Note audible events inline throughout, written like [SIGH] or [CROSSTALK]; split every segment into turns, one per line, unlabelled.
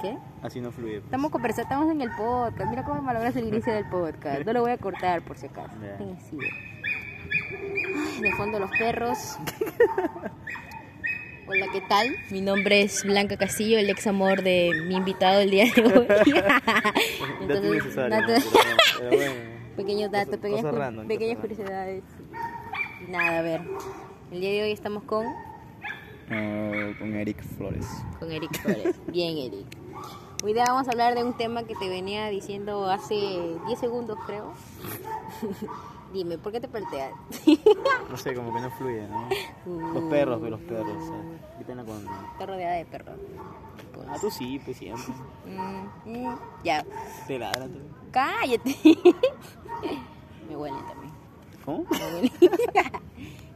¿Qué?
Así no fluye. pues.
Estamos conversando, estamos en el podcast. Mira cómo malogras el inicio del podcast. No lo voy a cortar por si acaso.
Ya.
Ten así. Ay, de fondo los
[LAUGHS]
perros. Hola, ¿qué tal? Mi nombre es Blanca Castillo, el ex amor de mi invitado el día de
[LAUGHS]
hoy.
Dato
[LAUGHS] Entonces,
innecesario.
dato-
¿no? Pero, pero bueno.
[LAUGHS] pequeños
Cosa-
datos, pequeñas,
cosas
cu-
random,
pequeñas
cosas
curiosidades. Nada, a ver. El día de hoy estamos con [LAUGHS]
Eh, con Eric Flores.
Con Eric Flores. [LAUGHS] Bien, Eric. Hoy día vamos a hablar de un tema que te venía diciendo hace 10 segundos, creo. [LAUGHS] Dime, ¿por qué te palteas?
No sé, como que no fluye, ¿no?
Mm.
Los perros, pero los perros. ¿sabes? Qué pena con.
Está rodeada Mm, de perros. Pues,
Ah, tú sí, pues siempre.
mm, mm, ya.
Te ladran. tú.
Cállate. [LAUGHS] Me huelen también.
¿Cómo?
Me huelen.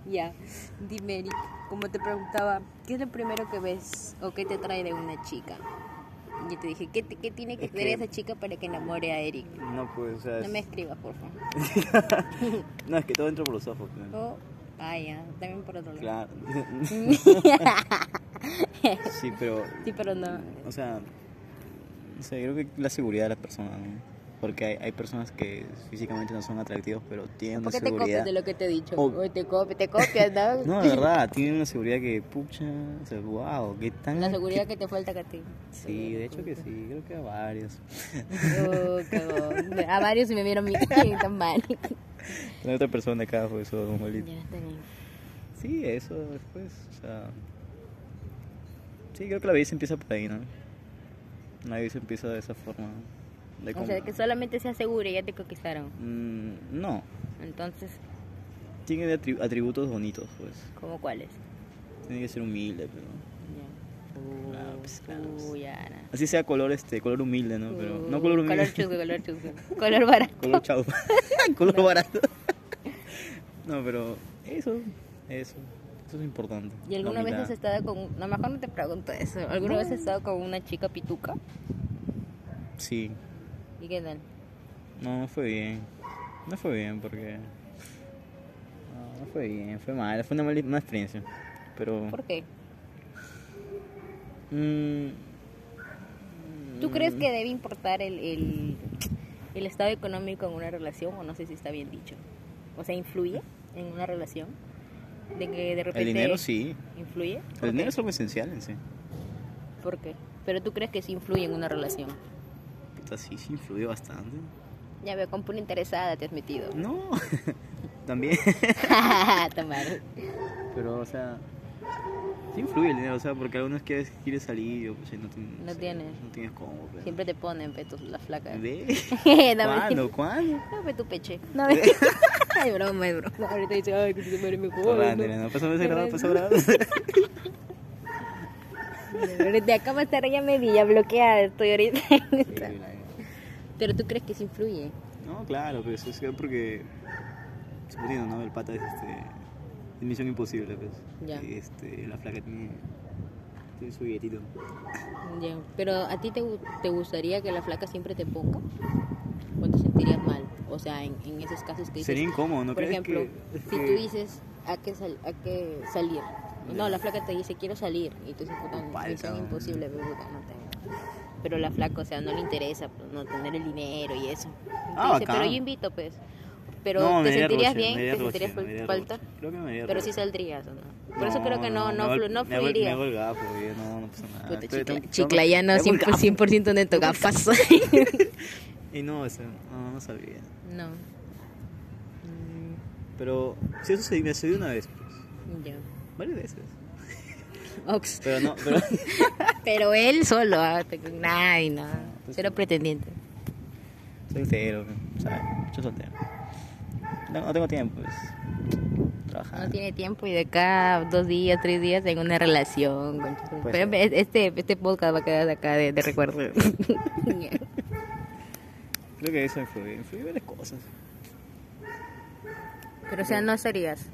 ya. Dime, Eric, como te preguntaba, ¿qué es lo primero que ves o qué te trae de una chica? Yo te dije, ¿qué, te- qué tiene que
Es
ver
que-
esa chica para que enamore a Eric?
No, pues, o sea. es-
No me escribas, por favor.
no, es que todo entra por los ojos. pues.
Oh, vaya, también por otro lado.
Claro.
Eh.
[LAUGHS] sí, pero.
[LAUGHS] Sí, pero no.
O sea. No sé, creo que la seguridad de las personas, ¿no? Porque hay, hay personas que físicamente no son atractivos, pero tienen
¿Por
una
qué te
seguridad.
copias de lo que te he dicho?
Ob-
Uy, te copias, te copias, ¿no?
[LAUGHS] No, de verdad, tienen una seguridad que, pucha, o sea, wow, qué tan...
La seguridad que te falta que a ti.
Sí, de hecho que sí, creo que a varios.
Oh, cagón. a varios se me vieron mi [LAUGHS] tan mal.
Hay otra persona acá fue eso, don
Ya
Juanito.
está bien.
Sí, eso después, o sea... Sí, creo que la vida se empieza por ahí, ¿no? La vida se empieza de esa forma. ¿no? De
O
como-
sea, que solamente sea segura y ya te conquistaron.
Mm, no,
Entonces,
tiene de atri- atributos bonitos, pues.
¿cómo cuáles?
Tiene que ser humilde, pero...
Ya.
Claro, pues, claro, pues.
Uy, Ana.
Así sea color, este, color humilde, ¿no? Pero no
Uh,
color humilde.
Color chusco, color chusco. Color barato.
[LAUGHS]
[LAUGHS]
Color chau. Color barato. [LAUGHS] no, pero eso, eso, eso es importante.
¿Y alguna
La
vez
humildad.
has estado con.? No, mejor no te pregunto eso. ¿Alguna vez has estado con una chica pituca?
Sí,
¿Y qué tal?
no, no fue bien. No fue bien porque... No, no fue bien, fue mal, fue una mala una experiencia. Pero...
¿Por qué?
mm,
¿Tú crees que debe importar el, el, el estado económico en una relación? O no sé si está bien dicho. O sea, ¿influye en una relación? De que de repente...
el dinero sí.
¿Influye?
El dinero es algo esencial en sí.
¿Por qué? Pero tú crees que sí influye en una relación.
Puta, sí, sí influyó bastante.
Ya veo, con pura interesada te has metido. [LAUGHS]
No, [LAUGHS] también.
Tamar.
Pero, o sea, sí influye el dinero, o sea, porque algunos quieres, quieres salir, o pues, y no, tienes,
No tienes.
No tienes cómo, pero.
Siempre te ponen, pe, tus- las flacas.
¿Ve?
[LAUGHS] No,
¿Cuándo? ¿Cuándo?
No, pe, tu peche. [LAUGHS] No, ve. Ay, broma, es broma. Ahorita dice, ay, que se muere mi
Por
joven.
Randy,
¿no?
Pues, no, pasó ese grado,
[LAUGHS]
pasó grado.
De acá más tarde ya me vi, ya bloqueada estoy ahorita. Pero tú crees que sí influye.
No, claro, pero eso es que porque. Suponiendo, ¿no? El pata es este. Es misión imposible, pues.
Ya.
Y, este, la flaca tiene. Tiene su billetito.
Ya. Pero a ti te, gu- te gustaría que la flaca siempre te ponga o te sentirías mal. O sea, en, en esos casos que dices.
Sería incómodo, ¿no
por
crees?
ejemplo,
que, es
si
que-
tú dices a que, sal- a que salir. No,
Ya.
la flaca te dice quiero salir y tú dices, puta,
Palta,
misión
¿no?
imposible, pero puta, no tengo. Pero la flaca, o sea, no le interesa pues, no tener el dinero y eso. Y te
Ah,
dice, pero
bacán.
yo invito, pues. Pero
No, me
te
daría
sentirías
roche,
bien,
me daría
te sentirías
roche,
fal-
me daría
falta.
roche. Creo que me daría
Pero sí
roche.
saldrías, ¿o no? Por eso creo que no, no, flu- no
me hago- Me
fluiría.
hago el gafo, oye, no, no pasa nada.
Puta,
Entonces,
chicla,
tengo-
chiclayano
me hago el
100%,
gafo.
100 neto gafas.
Y no, ese- no, no sabía.
[LAUGHS] no.
Pero si eso se me sucedió una vez, pues,
Mm, Ya.
varias veces.
[LAUGHS] Ox.
Pero no, pero,
Pero él solo, ah, te- ay, no.
pues
Cero
sí.
pretendiente.
soltero, ¿sabes? Yo soltero. No, no tengo tiempo, pues. Trabajar.
No tiene tiempo y de acá dos días, tres días en una relación. concha su-
Pues
Pero
sí.
es- este, este podcast va a quedar acá de, de recuerdo. [LAUGHS]
Creo que eso influye, influye varias cosas.
Pero o sea, no estarías.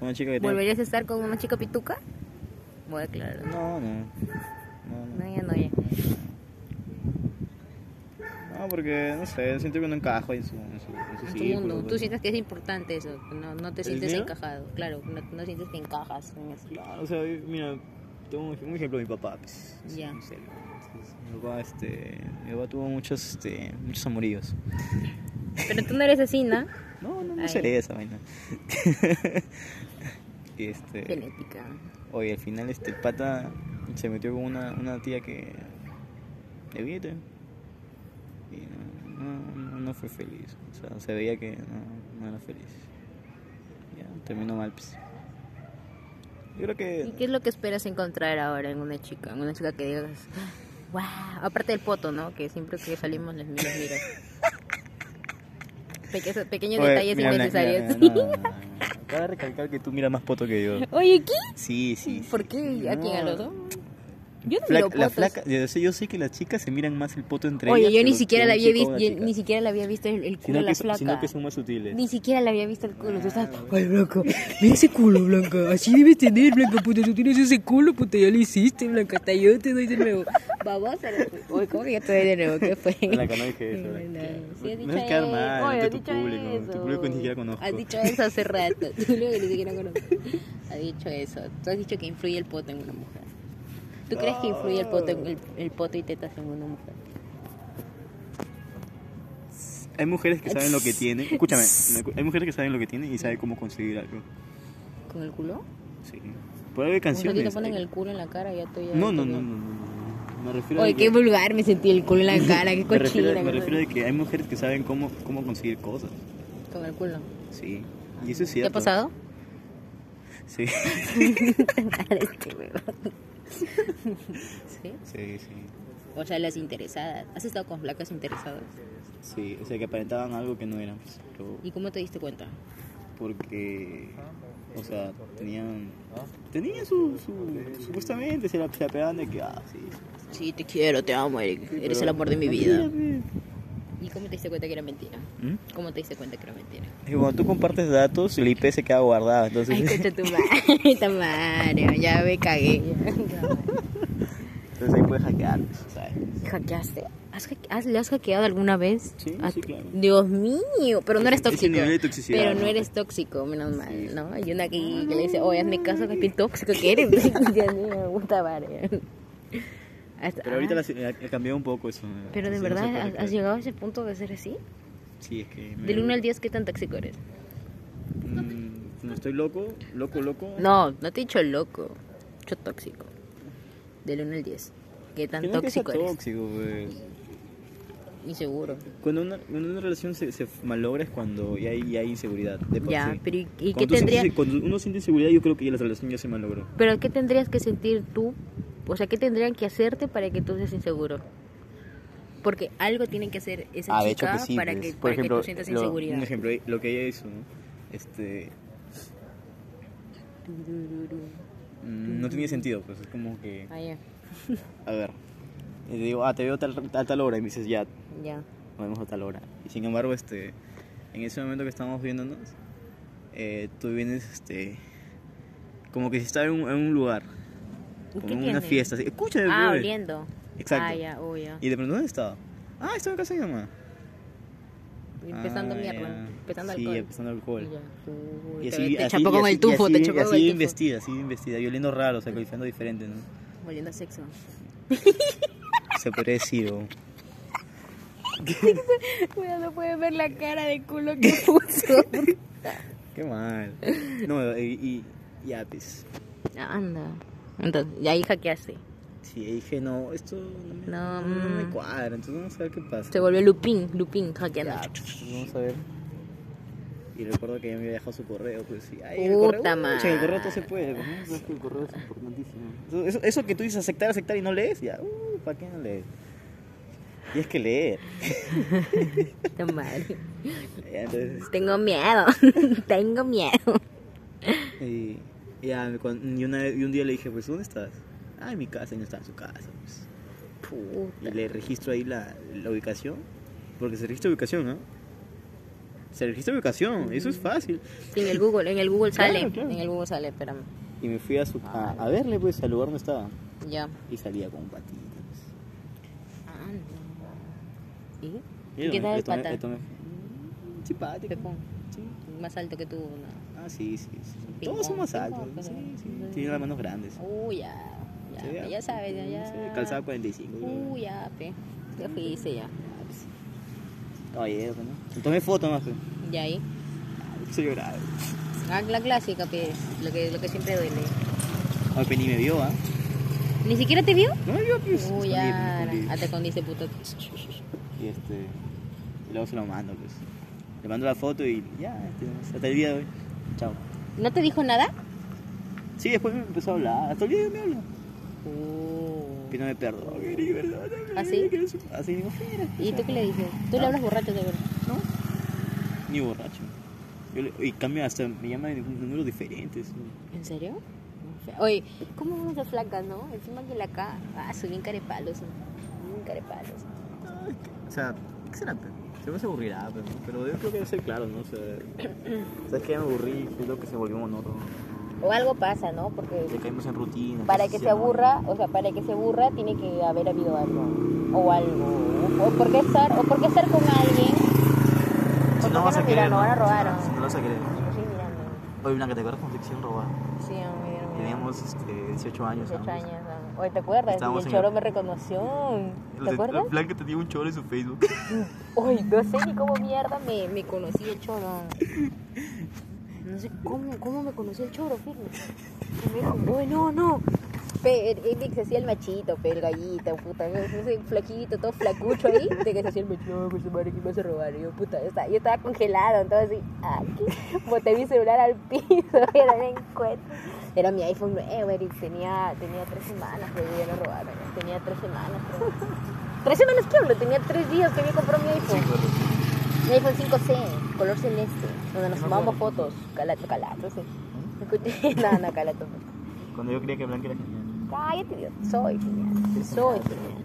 Una chica que tengo-
¿Volverías a estar con una chica pituca? Bueno, claro.
No, no. No,
No,
no.
ya no, ya.
No, porque, no sé, siento que no encajo en su, en su, en su
en tu
círculo,
mundo.
pues,
Tú
¿no?
sientes que es importante eso, que no, no te
¿El
sientes
mío?
encajado, claro, no, no sientes que encajas en eso.
Claro, o sea, mira, Tengo un ej- un ejemplo de mi papá, pues. es
Ya.
muy serio. Entonces, mi papá, este, mi papá tuvo muchos, este, muchos amoríos.
Pero tú no eres así, ¿no?
[LAUGHS] No, no,
Ay.
no seré esa vaina. [LAUGHS] y este,
Genética.
oye, al final este el pata se metió con una, una tía que evite. Y no, no, no- no fue feliz. O sea, se veía que no, no era feliz. Ya, terminó mal, pues. Yo creo que...
¿Y qué es lo que esperas encontrar ahora en una chica? En una chica que digas, wow. Aparte del poto, ¿no? Que siempre que salimos les miras,
[LAUGHS]
miras. Peque- pequeños
Oye,
detalles
mira, mira,
innecesarios.
mira, no, no, no, no. Acaba de recalcar que tú miras más poto que yo.
[LAUGHS] Oye, ¿qué?
Sí, sí. sí,
¿Por qué?
sí,
¿A quién? ¿A
no.
los dos? Yo no
Flaca-
miro
la
potos.
flaca, yo sé, yo sé que las chicas se miran más el poto entre ellas.
Oye, yo
que
ni
los-
siquiera
que
la
un
había
chico
visto,
o una
yo
chica.
ni siquiera la había visto el, el culo
Sino
de
que,
la
son- sino
flaca.
que son más sutiles.
Ni siquiera le había visto el culo. Tú estás,
Ay, Blanca, mira ese culo, Blanca. Así debes tener, Blanca, puta. Tú tienes ese culo, puta. Ya lo hiciste, Blanca. Hasta yo te doy de nuevo.
vamos a Oye, ¿cómo que ya te doy de nuevo? ¿Qué fue? [LAUGHS]
Flaca, no dije eso.
No, no, sí has
No
dicho
es quedar
eso.
mal
Oye,
ante
has
tu
dicho
público, tu
eso.
público ni siquiera conozco.
Has dicho eso hace rato.
[LAUGHS]
Tú creo que ni siquiera conozco. Has dicho eso. Tú has dicho que influye el poto en una mujer. ¿Tú crees que influye el poto, en- el, el poto y tetas en una mujer?
Hay mujeres que saben lo que tienen.
[LAUGHS]
Escúchame, hay mujeres que saben lo que tienen y saben cómo conseguir algo.
¿Con el culo?
Sí. Puede haber
Cuando
canciones.
te ponen el culo en la cara ya tú ya...
No, no,
tú
no, no,
ya-
no, no. Me refiero
Oye,
a que-
qué vulgar me sentí el culo en la cara. Qué
me refiero,
cochina.
me refiero a que hay mujeres que saben cómo, cómo conseguir cosas.
Con el culo.
Sí. Y eso es
¿Te
cierto.
ha pasado?
Sí. [LAUGHS]
Este huevón. ¿Sí?
Sí, sí.
O sea, las interesadas. ¿Has estado con flacas interesadas?
Sí, o sea, que aparentaban algo que no eran. pues, pero-
¿Y cómo te diste cuenta?
porque, o sea, tenían, tenían su, su supuestamente se la, se la pegaban de que, ah, sí.
Sí, te quiero, te amo, Eric. Eres
pero-
el amor de mi
Mira,
vida.
mira.
¿Y cómo te diste cuenta que era mentira?
¿Mm?
¿Cómo te diste cuenta que era mentira?
Y cuando tú compartes datos, el IP se queda guardado,
Ay,
[LAUGHS] entonces,
escucha tu madre, [LAUGHS] Tamario, ya me [LAUGHS] cagué.
entonces ahí puedes hackear, pues, ¿sabes?
Ah. ¿Hackeaste? ¿Has hacke- has- ¿Le has hackeado alguna vez?
Sí,
A-
sí, claro.
Dios mío, pero no eres
Ese- ese
tóxico.
nivel de toxicidad,
pero no
¿no?
eres tóxico, menos mal, ¿no? Hay una que, que le dice, oye, hazme caso, que estoy tóxico que eres. [LAUGHS] Dios mío, me gusta, Mario. Hasta-
Pero ahorita
ah,
la, ha- ha cambiado un poco eso. ¿no?
Pero de
Entonces, no se
verdad,
puede Mm.
¿has-
hackear.
¿has llegado a ese punto de ser así?
Sí, es que... me-
Del 1 al 10, ¿qué tan tóxico eres?
Mm, no estoy loco, loco, loco.
No, no te he dicho loco. Yo tóxico. Del 1 al 10. ¿Qué tan
Que no es que sea
tóxico eres?
tóxico, pues.
Inseguro.
Cuando una, cuando una relación se, se malogra es cuando ya hay, ya hay inseguridad. De por
Ya,
sí.
pero ¿y- y
Cuando
qué
tú sientes-
tendría-
cuando uno siente inseguridad, yo creo que ya la relación ya se malogró.
Pero ¿qué tendrías que sentir tú? O sea, ¿qué tendrían que hacerte para que tú seas inseguro? Porque algo tienen que hacer esa
Ah,
chica para, Ah, que, pues, para que tú sientas inseguridad.
un ejemplo, eh, lo que ella hizo, ¿no? Este, mm, no tenía sentido, pues es como que,
Ah, ya.
a ver, y le digo, ah, te veo tal, a tal hora, y me dices, ya,
Ya.
nos vemos a tal hora. Y sin embargo, este, en ese momento que estábamos viéndonos, eh, tú vienes, este, como que si estaba en un, en un lugar,
¿Y
como
qué
en una
tiene?
fiesta, así, escucha,
Ah,
bebé".
oliendo.
Eh, Exacto.
Ah, ya, oh, ya.
Y de pronto, ¿dónde estaba? Ah, estaba en casa de mi mamá.
Empezando
Ah,
mierda.
ya.
Empezando
sí,
alcohol.
empezando alcohol.
Ya. Uy,
Y
te-
así,
te
así,
chapó
y
con
así-
el tufo,
y
te
así-
chapó con
así
el tufo.
investida, así investida, violino raro, o sea, colifando diferente, ¿no?
Oliendo a
[LAUGHS]
sexo.
Se podría decir, o...
Cuidado, no puedes ver la cara de culo
[LAUGHS]
que puso. [LAUGHS]
Qué mal. No, y, y ya, pues,
Anda. Entonces, ya ahí hackeaste.
sí, dije, no, esto no me,
No,
no me
mm.
cuadra, entonces vamos a ver qué pasa.
Se volvió Lupín, Lupín hackeando.
Ya, pues, vamos a ver. Y recuerdo que ella me había dejado su correo, pues, y ay,
Puta
el correo,
madre.
ucha, el correo todo se puede, pues, ¿no? Sabes que el correo es importantísimo. Eso, eso- eso que tú dices aceptar, aceptar y no lees, ya, uh, ¿para qué no lees? Y es que leer.
Puta madre.
Ya, entonces,
Tengo miedo. [LAUGHS] Tengo miedo.
Y, ya, me con- y, una vez- y un día le dije, pues, ¿dónde estás? Ah, en mi casa, y no estaba en su casa. pues. Y
Puta.
le registro ahí la, la ubicación, porque se registra ubicación, ¿no? Se registra ubicación, eso es fácil.
Sí, en el Google, en el Google
Claro,
sale.
claro.
En el Google sale, espérame.
Y me fui a, su, a, a verle, pues, al lugar donde estaba.
Ya.
Y salía con un patito. pues. Ah,
Anda. ¿Y?
Y
¿Y
le
qué
tomé-
tal
le
el
tomé-
pata?
le tomé- Mm, Simpático.
Pepón.
Sí.
Más alto que tú. ¿no?
Ah, sí, sí. sí.
Pepón,
Todos son más
pepón,
altos.
pero-
Sí, sí. Tienen las manos grandes.
Uy, ya. pues, Ya,
Sí,
pe, ya sabes, ya, ya.
Sí, pues. calzaba 45. creo.
Uh, ya, pe. Ya fui, hice ya.
Caballero, ¿no? Me Tomé foto pues. más, pero.
Ya ahí.
Se lloraba.
Ah, la clásica, pe. Lo que, lo que siempre duele.
Ay, pero ni me vio, ¿ah?
¿Ni siquiera te vio?
No me vio, pues.
Uy,
Escondí,
ya.
escondí.
Hasta cuando dice puta.
Y este. Y luego se lo mando, pues. Le mando la foto y ya, este, hasta el día de hoy. Chao.
¿No te dijo nada?
Sí, después me empezó a hablar. Hasta el día de hoy me habla.
Uh.
Pino me perdón, querido, perdóname.
¿Ah, sí?
que no supe- Así digo, mira.
¿Y tú qué le dices? Tú le
Ah.
hablas borracho, de verdad.
No. Ni borracho. Yo le- y cambia hasta, me llama de números diferentes.
¿En serio? Oye, ¿cómo vamos de flacas, no? Encima que la acá. Ah, soy bien carepalos. ¿no? Bien carepalos.
O sea, ¿qué será? Se me aburrirá, pero, pero yo creo que debe ser claro, ¿no? O
[COUGHS]
sea, ¿sabes qué? Me aburrí, siento que se volvió monótono.
O algo pasa, ¿no? Porque
Ya caímos en rutina.
para que se aburra, o sea, para que se aburra tiene que haber habido algo. O algo. O por qué estar, o por qué estar con alguien.
Si
Porque
no vas a
mira,
querer.
lo van a robar.
Si no lo vas a querer.
Lo estoy mirando.
Oye, Blanca, ¿te acuerdas cuando te quisieron robar?
Sí, amigo.
Teníamos este, 18 años.
18
ambos.
años. ¿no? Oye, ¿te acuerdas?
Estábamos
y el
en el-
choro me reconoció. ¿Te acuerdas?
Blanca tenía un chorro en su Facebook.
Uy, no sé ni cómo mierda me, me conocí el choro. No sé cómo, cómo me conocí el choro, firme. Y me dijo, uy, no, no. Pe, el- el que se hacía el machito, pe, el gallito, puta. Ese flaquito, todo flacucho ahí. De que se hacía el machito, "Ay, pues madre, que me vas a robar. Y yo, puta, yo estaba, yo estaba congelado, entonces así, ah, ¿qué? Boté mi celular al piso, [LAUGHS] era en encuentro. Era mi iPhone nuevo, y tenía, tenía tres semanas, pero ya lo robaron. Tenía tres semanas, creo. ¿Tres semanas que hablo? Tenía tres días que había comprado mi iPhone. Mi iPhone 5C, color celeste, donde nos tomamos fotos. Calato, calato, sí. Escuché, [LAUGHS] no, no, calato. no.
Cuando yo creía que Blanca era genial.
Cállate, Dios. Soy genial. Soy genial.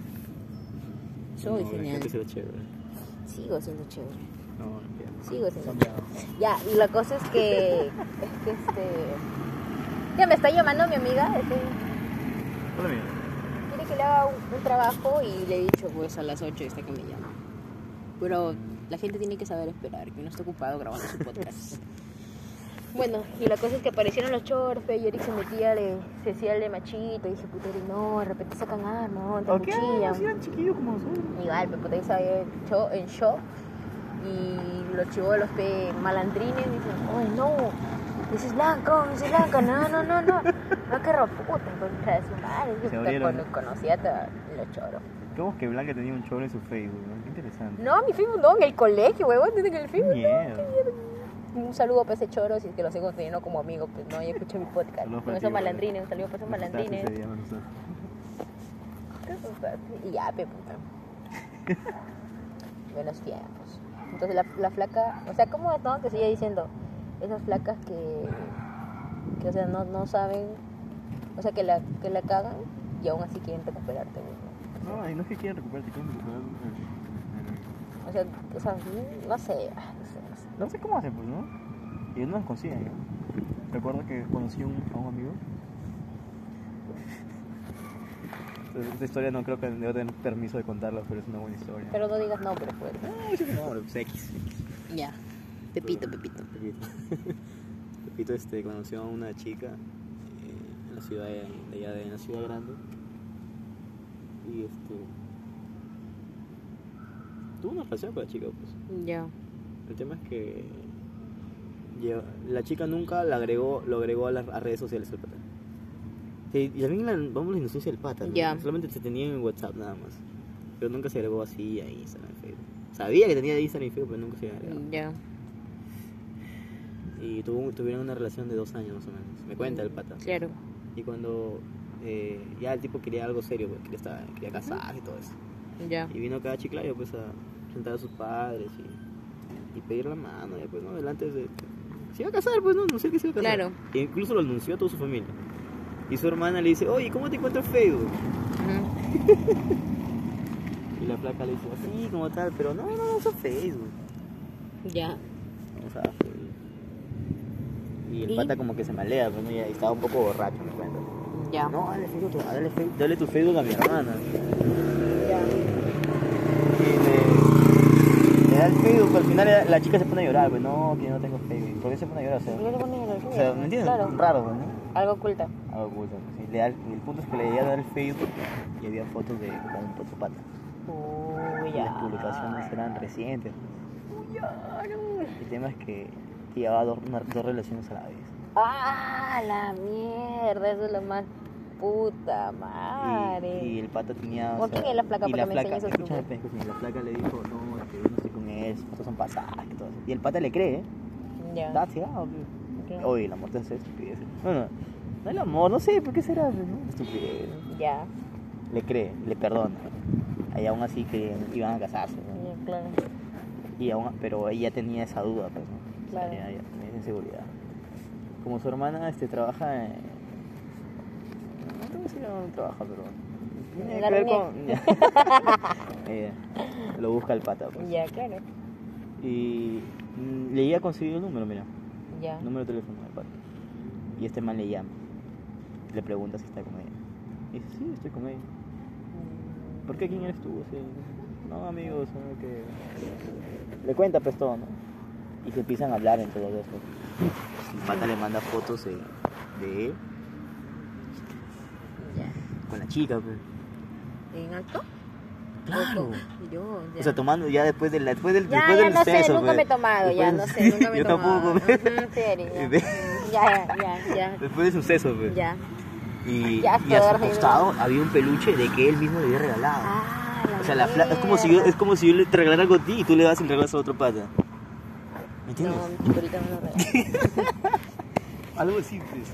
Soy
No,
genial.
Blanca era chévere.
Sigo siendo chévere.
No, Blanca.
Sigo siendo
Cambiado.
Ya, y la cosa es que. [LAUGHS] Es que este. Ya me está llamando mi amiga. este,
Hola, mira.
quiere que le haga un, un trabajo y le he dicho, pues a las 8 está que me llama. Pero la gente tiene que saber esperar, que no está ocupado grabando su podcast. Bueno, y la cosa es que aparecieron los choros, pe, y Eric se metía de, se hacía el de machito, y dije, puta, Eric, no, de repente sacan armas, no, te cuchillan.
eran chiquillos como nosotros.
Igual, pe, puta, ahí sabía el cho- en shock, y los chivolos, pe, malandrines, dicen, ay, no, ese es blanco, ese es blanco, no, no, no, no, no, que roputa, contra su madre,
Se
puta,
abrieron.
cuando conocía a los choros.
¿Cómo que Blanca tenía un chorro en su Facebook? ¿no? Qué interesante.
No, mi Facebook no, en el colegio, huevón, en el Facebook, no,
Mierda.
qué mierda. Un saludo para ese choro, si es que lo sigo teniendo como amigo, pues no, y escuché mi podcast.
Saludos
Con
para
esos
ti, brother.
malandrines, un saludo para esos malandrines.
Ese día con nosotros.
Y ya, pe puta. Buenos tiempos. Entonces la, la flaca, o sea, ¿cómo es, no? Que sigue diciendo, esas flacas que, que o sea, no, no saben, o sea, que la, que la cagan y aún así quieren recuperarte, mismo.
No, y no es que quieran recuperarte, quieren recuperar.
O sea, o sea, no sé, ah, no sé, no sé.
No sé cómo hacen, pues, ¿no? Y ellos no nos consiguen, ¿no? Recuerdo que conocí a un, a un amigo. Esta historia no creo que deba tener permiso de contarla, pero es una buena historia.
Pero no digas no, pero fuerte.
No, yo no, pues X.
Ya. Pepito, Pepito.
Pepito. [LAUGHS] Pepito este, conoció a una chica eh, en la ciudad de, de allá de en la ciudad grande. Y este. Tuvo una relación con la chica, pues.
Ya.
El tema es que. lleva- la chica nunca la agregó, lo agregó a las a redes sociales el pata. Sí, y también la, vamos la inocencia del pata, ¿no?
Ya.
Solamente se tenía en WhatsApp nada más. Pero nunca se agregó así a Instagram y Facebook. Sabía que tenía Instagram y Facebook, pero nunca se agregó.
Ya.
Y tuvo- tuvieron una relación de dos años más o menos. Me cuenta el pata.
Claro.
Y cuando eh, ya el tipo quería algo serio, pues, quería, estar, quería casarse y todo eso.
Ya.
Y vino acá a Chiclayo pues a sentar a sus padres y, y pedir la mano. Y pues no, delante de... Se iba a casar, pues no, no sé qué se iba a casar.
Claro.
E incluso lo anunció a toda su familia. Y su hermana le dice, oye, ¿cómo te encuentras en Facebook?
Ujú.
Y la placa le dice, así como tal, pero no, no, no uso Facebook.
Ya.
O sea, y el
¿Y?
pata como que se malea, pues, ¿no? y estaba un poco borracho, me cuento.
Ya.
No, dale Facebook, a- dale, Facebook- dale tu Facebook a mi hermana.
Ya.
Y le, le da el Facebook, pero al final la, la chica se pone a llorar, pues no, que yo no tengo Facebook. ¿Por qué se pone a llorar? O sea,
Yo le ponía el
o sea ¿me entiendes?
Claro.
Raro, pues, ¿no?
Algo oculta.
a Augusto. Sí, le da- el punto es que le llegué a dar el Facebook y había fotos de con con su pata.
Uy,
Y las publicaciones eran recientes. El tema es que llevaba dos, una- dos relaciones a la vez.
Ah, la mierda, eso es lo más puta madre.
Y, y el pata tenía.
¿Con quién es la flaca?
Y
Para
la
que me
flaca,
enseñes el
escúchame, escúchame, la flaca le dijo, no, es que yo no estoy con él, sus fotos son pasadas, que todo eso. Y el pata le cree, ¿eh?
Ya.
Está cegado, tío.
ok.
Oye, el amor te hace estupidez. ¿eh? Bueno, no el amor, no sé, ¿por qué será? pues, no? Estupidez.
Ya,
Le cree, le perdona. Y aún así que iban a casarse. ¿no?
ya, claro.
Y aún- pero ella tenía esa duda, pues, ¿no?
Claro.
Tenía, ella tenía esa inseguridad. Como su hermana este, trabaja en... No te voy a decir dónde trabaja, pero... tiene
En la
que ver
René.
con- [LAUGHS] Ella lo busca el pata, pues.
Ya, claro.
Y mm, le había conseguido el número, mira.
Ya.
Número de teléfono del pata. Y este man le llama. Le pregunta si está con ella. Y dice, sí, estoy con ella. ¿Por qué quién eres tú? Así, no, amigos, solo que... Le cuenta pues todo, ¿no? Y se empiezan a hablar entre los dos. pues. El pata le manda fotos eh, de él
Ya.
con la chica, pues.
¿En alto?
Claro.
Yo, ya.
O sea, tomando ya después del después del
Ya,
después
ya
del
no sé,
sexo,
nunca
pues.
me he tomado, ya, no sé,
Después-
nunca me he
[LAUGHS] Yo
tomado.
tampoco, pues.
Ujú, serio, ya.
Ve.
Mm, ya, ya,
[LAUGHS]
ya,
Después del suceso, pues.
ya, ya.
Y,
Ya,
y a
joder,
su costado había un peluche de que él mismo le había regalado.
Ah, la
O sea, la fla- es, como si yo, es
mierda.
como si yo le te regalara algo a ti y tú le das el regalo a otro pata. ¿Me entiendes?
No, ahorita me lo regalo.
Algo así, pues.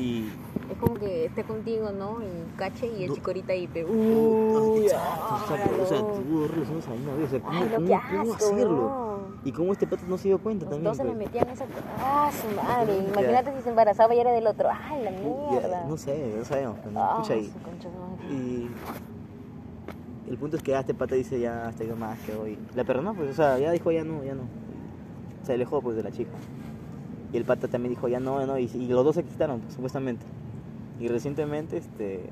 Y.
Es como que esté contigo, ¿no? En cache y el
No.
chicorita ahí, pe.
Uy,
Uy,
exacto, o sea, pero, o sea,
ahora no.
tuvo dos relaciones a la misma vez. O sea, ¿cómo,
Ay, no,
cómo-
qué
cómo
asco,
hacerlo?
no.
Y cómo este pata no se dio cuenta
Los
también.
dos se le
pues.
metían esa. ¡Ah, su madre! Imagínate si se embarazaba y era del otro. ¡Ay, la
Uy, pues. ya,
mierda!
no sé, no sabemos. pero
Ah,
no, escucha ahí.
su concha de madre.
Y. El punto es que ya este pata dice ya hasta yo más que hoy. La perdonó, pues, o sea, ya dijo ya no, ya no. Se alejó, pues, de la chica. Y el pata también dijo ya no, ya no. Y, y los dos se quitaron, pues, supuestamente. Y recientemente, este.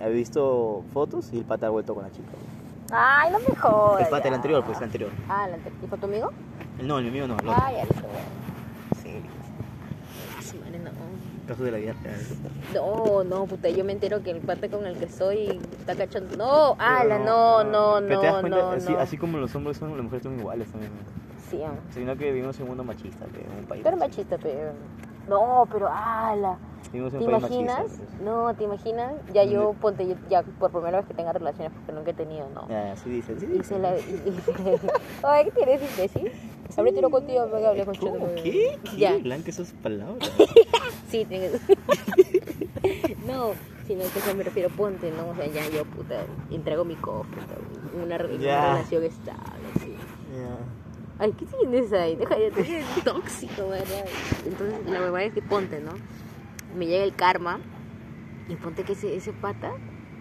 He visto fotos y el pata ha vuelto con la chica. pues.
¡Ay, no me jodas!
El pata, el
Oh, ya.
anterior, pues, el anterior.
Ah, el anterior. ¿Y fue tu amigo?
El no, el mío no, el otro.
¡Ay, al otro!
Sí,
Su madre, no.
caso de la vida real.
No, no, puta, yo me entero que el pata con el que soy está cachando. No, ala, no, Ah, no,
Pero te das
no,
cuenta,
no,
así,
no.
así como los hombres son, las mujeres son iguales también. ¿no?
Sí, ah.
Sino que vivimos en un mundo machista, que en un país.
Tú eres machista, pero... No, pero ala.
Vivimos en
¿Te
un país machista.
imaginas?
pues.
No, ¿te imaginas? Ya yo,
¿Dónde?
ponte, yo- ya por primera vez que tenga relaciones, porque nunca he tenido, no.
Ah, sí dice, sí.
Y se la... y- y- [LAUGHS] Ay, ¿qué tienes, imbécil? Hablé tiro contigo, me hablé con
¿Cómo?
Cheto.
¿Qué? ¿Qué?
Ya.
Blanca esas palabras.
Sí, tienes. [LAUGHS] no, sino que eso me refiero, ponte, ¿no? O sea, ya yo, puta, entrego mi cofre, una, re- una
Ya.
relación estable, sí. Ay, ¿qué tienes ahí? Deja de es tóxico, ¿verdad? Entonces, la verdad es que ponte, ¿no? Me llega el karma y ponte que ese, ese pata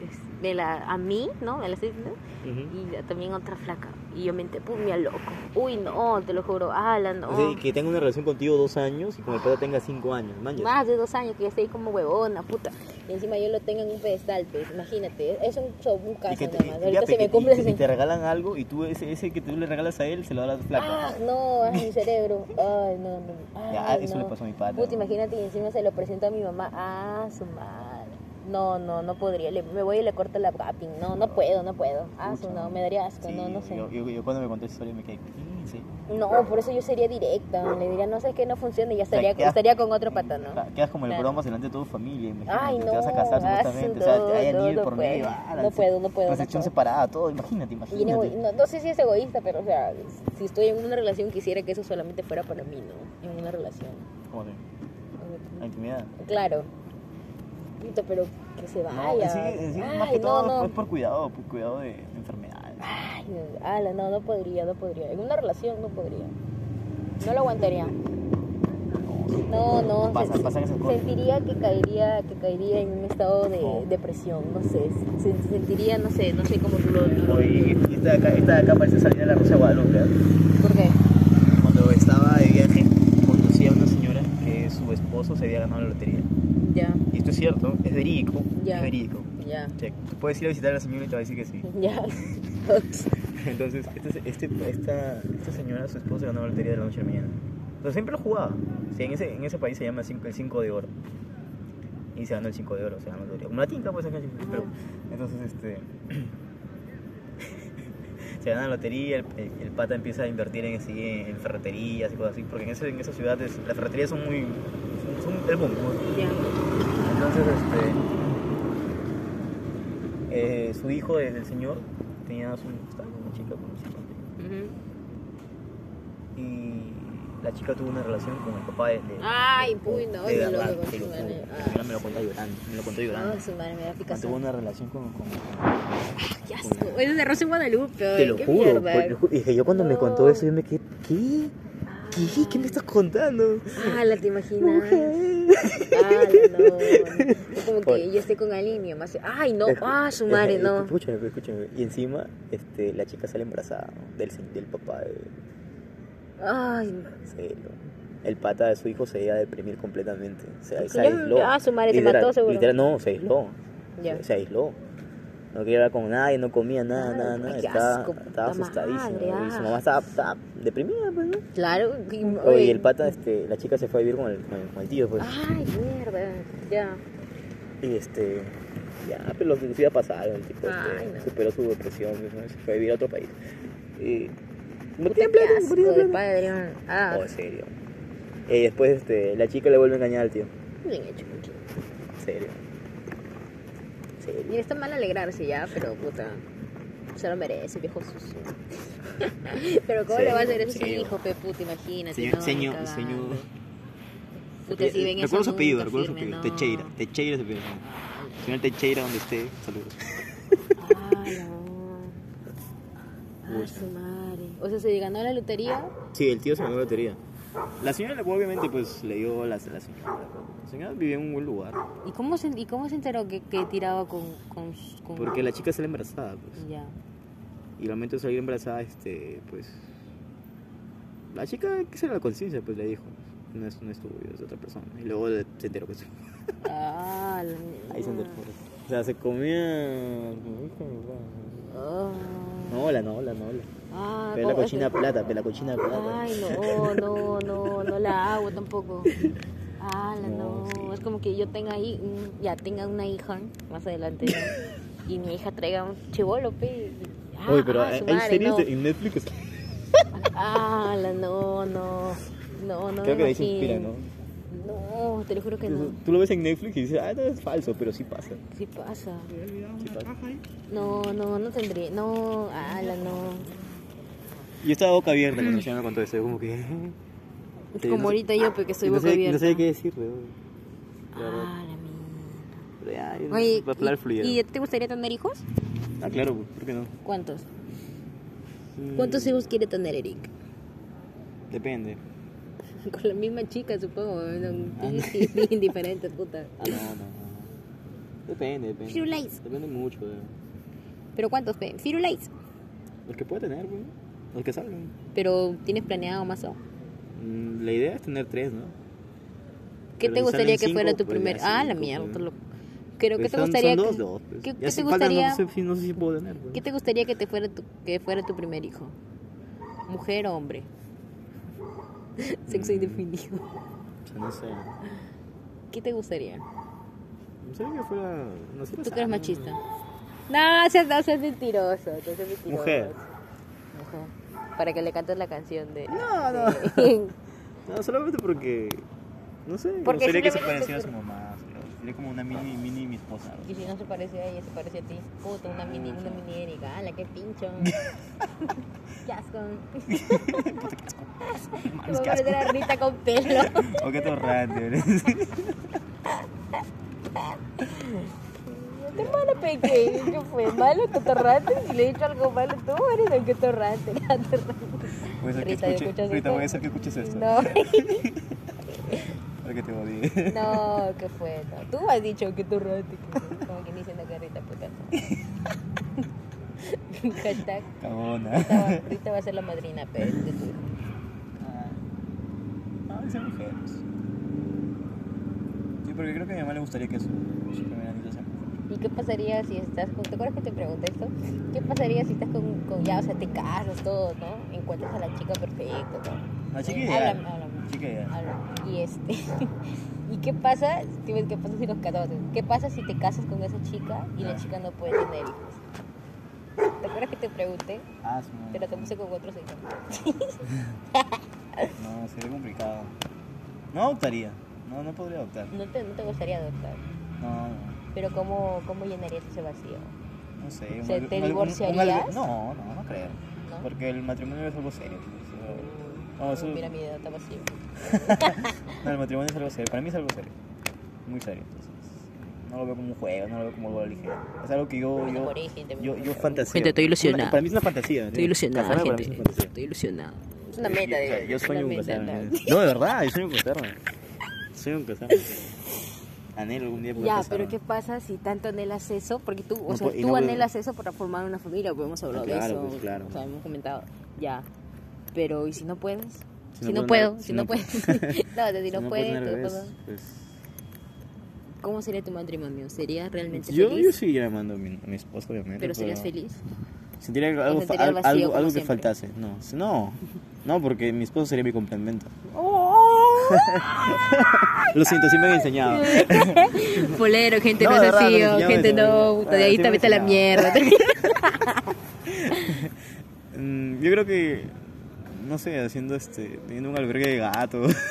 es de la, a mí, ¿no? Me la estoy diciendo,
Ujú.
y a- también a otra flaca. Y yo me enteré, pum, me loco. Uy, no, te lo juro, ala, no.
O sea, y que tenga una relación contigo dos años y con el pata tenga cinco años, manches.
Más de dos años que yo estoy como huevona, puta. Y encima yo lo tengo en un pedestal, pues, imagínate. Es un show, un
Y
caso
que te,
nomás.
y-
Ahorita
ya,
se
pe-
me
y-
cumple
y te-
ese-
y te regalan algo y tú ese, ese que tú le regalas a él se lo das a la flaca.
Ah, no, ay, mi cerebro. Ay, no, no. Ay,
Ya, eso
no.
le pasó a mi pata,
Puta,
¿no?
imagínate, y encima se lo presento a mi mamá. Ah, su madre. No, no, no podría. Le- me voy y le corto la gapping. No, no puedo, no puedo. Ah, su, no, me daría asco.
Sí,
no, no sé.
Yo, yo, yo cuando me conté esa historia me quedé 15.
No, por eso yo sería directa. Le diría, no sé qué, no funciona y ya estaría,
quedas- Ah,
estaría con otro pata, ¿no?
Quedas como el
Claro.
bromas delante de tu familia, imagínate.
Ay, no,
Te vas a casar
ah,
supuestamente.
sí,
o sea,
no,
hay anillo
no,
por
no
medio.
puedo.
ala,
No
se-
puedo, no puedo, no
Transacción
puedo.
separada, todo. Imagínate,
Y en
imagínate.
ego- no, no sé si es egoísta, pero o sea, si estoy en una relación quisiera que eso solamente fuera para mí, ¿no? En una relación.
¿Cómo se? La intimidad.
Claro. Puta, pero que se
No,
vaya.
sí, sí,
Ay,
más que
no,
todo
no.
es por cuidado, por cuidado de enfermedades.
Ay, ala, no, no podría, no podría. En una relación no podría. No lo aguantaría. No, no.
Pasa-
se-
pasan esas cosas.
Sentiría que caería, que caería en un estado de
No.
depresión, no sé. se- sentiría, no sé, no sé cómo tú lo. lo-
Oye, esta de acá, esta de acá parece salir de la Rosa de Guadalupe. ¿eh?
¿Por qué?
Cuando estaba de viaje, conocí a una señora que su esposo se había ganado la lotería.
Ya,
Y esto es cierto, es verídico.
Ya.
Es verídico.
ya,
Check. Tú puedes ir a visitar a la señora y te va a decir que sí.
ya. [LAUGHS]
[LAUGHS] Entonces, este, este- esta, esta señora, su esposo, ganó la lotería de la noche a la mañana. Pero siempre lo jugaba. Sí, en, ese, en ese país se llama cinco- el 5 de oro. y se ganó el 5 de oro, se ganó la lotería. Como la tinca, pues acá en Chile, pero- Entonces, este. [CLEARS THROAT] se gana la lotería, el, el- el pata empieza a invertir en, así, en ferreterías y cosas así, porque en, ese, en esas ciudades las ferreterías son muy. son, son el boom. ¿no?
Ya.
Entonces, este. eh, su hijo del del señor tenía su. estaba con una chica, con una chica.
Ujú.
Y la chica tuvo una relación con el papá de. de-
Ay, puño,
de
oye,
verdad,
loco,
te
su
lo juro.
madre.
Mi mamá me lo contó llorando. Me lo contó llorando.
No, Ah, su madre me da
Tuvo
picazón.
una relación con. con-
Qué asco. Es de Rosa en Guadalupe.
Te
oye,
lo
qué mierda.
juro. pues, lo ju- Dije, yo cuando me contó
No.
eso, yo me quedé. ¿Qué? ¿Qué? ¿Qué me estás contando?
Ah, la te imaginas. Ah,
[LAUGHS]
no. Es como que
Oye.
yo esté con alguien y mi mamá se. Ay, no.
Es-
Ah, su
es-
madre,
es-
no.
Escúchame, pues, escúchame. Y encima, este, la chica sale embarazada ¿no? del, se- del papá de pues.
Ay,
Celo. El pata de su hijo se iba a deprimir completamente. Se, se
Ya,
aisló.
ah, su madre se
Literal-
mató, seguro.
literal, no, se aisló.
ya.
Se aisló. No quería hablar con nadie, no comía nada,
Ay,
nada, nada.
qué
Estaba,
asco,
estaba
puta
asustadísimo.
madre,
y su
ah.
mamá estaba, estaba deprimida, pues, ¿no?
Claro. y-
Oye,
oye.
y el pata, este, la chica se fue a vivir con el, con el, con el tío, pues.
Ay, mierda. Ya.
Y este. Ya, pero los suicidas pasaron, el tipo
Ay,
este,
no.
superó su depresión, pues, ¿no? se fue a vivir a otro país. Y. No
Puta,
tenía plata,
qué
no
asco
tenía
de
plata.
padre. Ah,
Oh, en serio. Y después, este, la chica le vuelve a engañar al tío.
bien hecho. bien hecho.
En serio. En serio.
Mira, está mal alegrarse ya, pero puta. Se lo merece, viejo sucio. [LAUGHS] pero ¿cómo
Sí,
le va a hacer eso a su
sí.
hijo, pe puta? Imagínate.
Señor-
no, ni
señor-
cagando.
señor- Eh,
Puta, si ven eso.
Recuerdo su apellido,
nunca
recuerdo su
firme,
apellido.
no.
Techeira. Techeira se apellido. Señor Techeira, donde esté, saludos.
Ah, no. Ah, su madre. O sea, se ganó la lotería.
Sí, el tío se ganó la lotería. La señora, la- obviamente, pues le dio las. La señora, la señora vivía en un buen lugar.
¿Y cómo se, y cómo se enteró que, que tiraba con. con, con-
Porque la chica sale embarazada, pues.
Ya.
Y al momento de salir embarazada, este, pues. La chica, que se la conciencia, pues le dijo. No es, no es tuyo, es de otra persona. Y luego se enteró que es
Ah, la
Ahí se enteró. O sea, se comía. No,
Ah.
la no, la no. La.
Ah,
Pero la
¿cómo es?
cochina plata, pero la cochina plata.
Ay, no, no, no, no la hago tampoco. Ah, la no.
No, sí.
Es como que yo tenga ahí, un- ya tenga una hija más adelante. ¿no? y mi hija traiga un chivolo, pe. Ah,
[LAUGHS] Oye, pero
ah,
hay,
su
hay
madre,
series
no.
de- en Netflix.
Ah, la no, no. No, no.
Creo
me
que de ahí se
imagino.
inspira, ¿no?
No, te lo juro que no.
Tú lo ves en Netflix y dices, ah, no, es falso, pero sí pasa.
Sí pasa.
Sí pasa.
No, no, no tendría. No, ah, la no.
Yo estaba boca abierta cuando yo me contó eso, yo como que... [LAUGHS]
Es
Sí,
como
no sé-
ahorita yo, porque soy
no
boca
sé,
abierta.
No sé qué decir, weón. La verdad.
Ah, la mierda.
Pero ya, yo-
Oye,
para hablar
¿y,
fluido.
¿y te gustaría tener hijos?
Ah, claro, pues, ¿por qué no?
¿Cuántos?
Mm,
¿Cuántos hijos quiere tener Eric? [LAUGHS]
Depende.
Con la misma chica, supongo. No, sí, sí, [LAUGHS] indiferente, puta.
Ah, no, no, no. Depende, depende.
Firulais.
Depende mucho, weón.
¿Pero cuántos? pe? Firulais.
Los que pueda tener, weón. Los que salgan.
¿Pero tienes planeado más aún?
Mm, La idea es tener tres, ¿no?
¿Qué
Pero
te
si
gustaría
salen
que fuera
cinco,
tu
pues ya
primer...? Ah, la
cinco,
mierda.
pues.
te lo- Creo que
Pues
te
son-
gustaría...
Son
que-
dos, dos. pues.
¿Qué,
Ya
qué
si
te
faltan,
gustaría,
no, sé, si- no sé si puedo tener, weón.
qué te gustaría que, te fuera tu, que fuera tu primer hijo? ¿Mujer o hombre? [LAUGHS] Sexo
Mm.
indefinido.
O sea, no sé.
¿Qué te gustaría?
No sé que fuera... No sé, pues,
¿Tú que eres machista? No, seas, no seas mentiroso, no seas mentiroso.
mm. Mujer.
Mujer. Para que le cantes la canción de...
No, no. No, solamente porque. No sé.
Porque
sería que se
simplemente
pareciera a
se-
su mamá. pero Sería como una mini, mini mi esposa.
[LAUGHS] Y si no se parece a ella, se parece a ti. Puta, una mini, una mini Erika. ¡Hala, qué pincho!
[LAUGHS]
¡Qué asco! Se va a parecer a Rita con pelo.
[LAUGHS] O qué torrante, [LAUGHS] ¿verdad?
Qué malo, peque. ¿Qué fue? ¿Malo, cotorrante? Si le he dicho algo malo, tú eres el cotorrante. cotorrante.
Voy a hacer que
Rita, ¿ya
escuche-
escuchas
Rita,
esto?
voy a hacer que escuches esto.
No, [LAUGHS]
Para que te odie.
no, ¿qué fue? No. Tú has dicho cotorrante. que- Como que ni diciendo que Rita puta. [LAUGHS] Hashtag.
[LAUGHS] Cabona.
Rita va- Rita va a ser la madrina, pero de tu hijo.
Ah, ser mujeres. Sí, porque creo que a mi mamá le gustaría que su, su primera niña sea mujer.
¿Y qué pasaría si estás con... ¿Te acuerdas que te pregunté esto? ¿Qué pasaría si estás con, con ya, o sea, te casas, todo, ¿no? Encuentras a la chica perfecta, todo.
La chica
Eh,
ideal.
háblame, háblame.
Chica ideal.
Algo. Y este. [LAUGHS] ¿Y qué pasa? Tú ves, ¿Qué pasa si nos casamos? ¿Qué pasa si te casas con esa chica y la chica no puede tener hijos? ¿Te acuerdas que te pregunté?
Ah, su madre.
Pero te puse con otro señor.
No, sería complicado. No adoptaría. No, no podría adoptar.
No te, no te gustaría adoptar.
No, no.
Pero ¿cómo, cómo llenarías ese vacío?
No sé.
O sea,
algo-
¿te
algo-
divorciarías?
algo- no, no, no creo.
¿No? Uh,
Porque el matrimonio es algo serio. pues, No, eso-
Mira mi dedo, está vacío.
No, el matrimonio es algo serio. Para mí es algo serio. Muy serio. Entonces, no lo veo como un juego, no lo veo como algo ligero. Es algo que yo.
Bueno,
Yo,
por ahí, gente,
yo,
por
yo
favor.
fantaseo.
Gente, estoy
Una-
ilusionada.
para mí es una fantasía.
Estoy ilusionada,
Casarme para mí es
gente.
una fantasía.
Estoy ilusionada.
Es una meta,
Yo- o sea,
de
Yo sueño
una
con
meta,
casarme.
¿no?
No, de verdad, yo sueño con casarme. Sueño con casarme. Anhelo algún día poder
Ya,
casarme.
pero ¿qué pasa si tanto anhelas eso? Porque tú, o
No
sea,
puedo- y
tú
no puedo-
anhelas eso para formar una familia, pues hemos hablado de
claro,
eso.
pues, claro.
O sea, hemos comentado. Ya. Pero, ¿y si no puedes? Si,
Si
no,
no
puedo,
puedo tener-
si
si
no
no
puedes. [LAUGHS] no, o sea,
[LAUGHS]
si no,
puedo
puedes,
tener
tú
bebés,
puedo-
pues...
¿cómo sería tu matrimonio? ¿Serías realmente
Yo,
feliz?
yo seguiría amando a mi, a mi esposa, obviamente.
pero serías
[LAUGHS]
feliz.
Sentiría que algo,
sentirías
al-
vacío
algo,
como
algo que
siempre.
faltase. No, si- no, no, porque mi esposo sería mi complemento. Oh.
[LAUGHS]
[LAUGHS] Lo siento, sí me han enseñado.
Polero, gente, no,
No,
es
de verdad,
así,
no,
oh,
ya me
gente,
enseñó,
no,
ya.
puta, de
Ah,
ahí
sí
te
me
vete a la
enseñó. [LAUGHS]
mierda. [LAUGHS]
Mm, yo creo que, no sé, haciendo este, teniendo un albergue de gatos. [LAUGHS]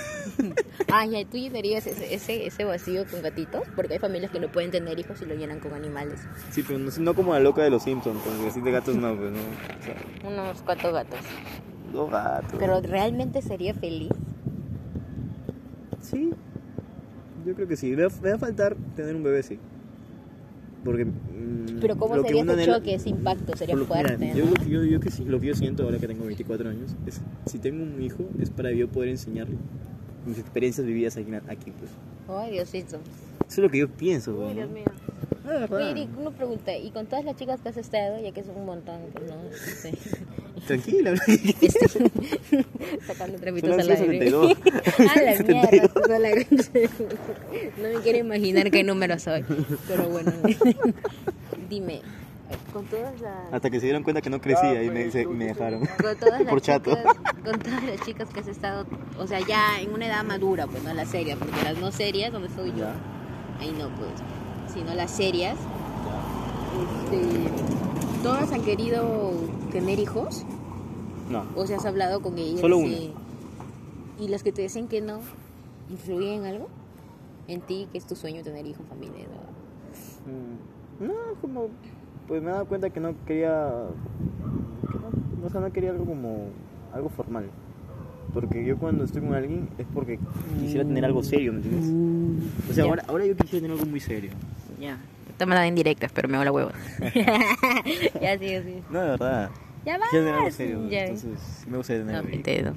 Ah, ya, ¿tú llenarías ese, ese, ese vacío con gatitos? Porque hay familias que no pueden tener hijos y lo llenan con animales.
Sí, pero no, no como la loca de los Simpsons, porque así de gatos no, pues no. O sea,
Unos cuantos gatos.
dos gatos.
Pero realmente sería feliz.
Sí, yo creo que sí. Me va, me va a faltar tener un bebé, sí. Porque. mm,
Pero ¿cómo
lo que
sería
uno
ese
anhela-
choque, ese impacto? Sería
Por lo-
fuerte.
mira, yo, lo que yo- yo que sí- lo que yo siento ahora que tengo 24 años es: si tengo un hijo, es para yo poder enseñarle mis experiencias vividas aquí. aquí pues.
Ay, Diosito.
Eso es lo que yo pienso,
Ay,
weón,
Dios
¿no?
mío.
No, de verdad.
Oye, Eric, una pregunta. ¿Y con todas las chicas que has estado, ya que es un montón, que no
[LAUGHS]
sé, [LAUGHS]
Tranquila,
sacando trapitos
Son
al
las
aire?
72.
[LAUGHS] A la mierda, toda la- no me quiero imaginar qué número soy. Pero
[LAUGHS]
bueno, dime, con todas las.
Hasta que se dieron cuenta que no crecía y me, se- me dejaron.
Con todas, las
[LAUGHS] Por chato.
chicas, con todas las chicas que has estado, o sea, ya en una edad madura, pues no las serias, porque las no serias, donde soy yo,
Ya.
ahí no, pues, sino las serias, este, todas han querido tener hijos,
No.
o se has hablado con ellas.
Solo
y, y las que te dicen que no, ¿influyen en algo? En ti, que es tu sueño tener hijos, familia, ¿no?
Mm, No, como. Pues me he dado cuenta que no quería. que no, o sea, no quería algo como. algo formal. Porque yo cuando estoy con alguien es porque quisiera tener algo serio, ¿me entiendes? O sea,
Ya.
ahora, ahora yo quisiera tener algo muy serio.
Ya. Esta me la en directas, pero me hago la hueva. [LAUGHS] ya, sí, sí.
No, de verdad.
Ya va.
Quisiera tener algo serio.
Ya.
Entonces, sí me gustaría tener
No,
algo.
mi
De
dedo.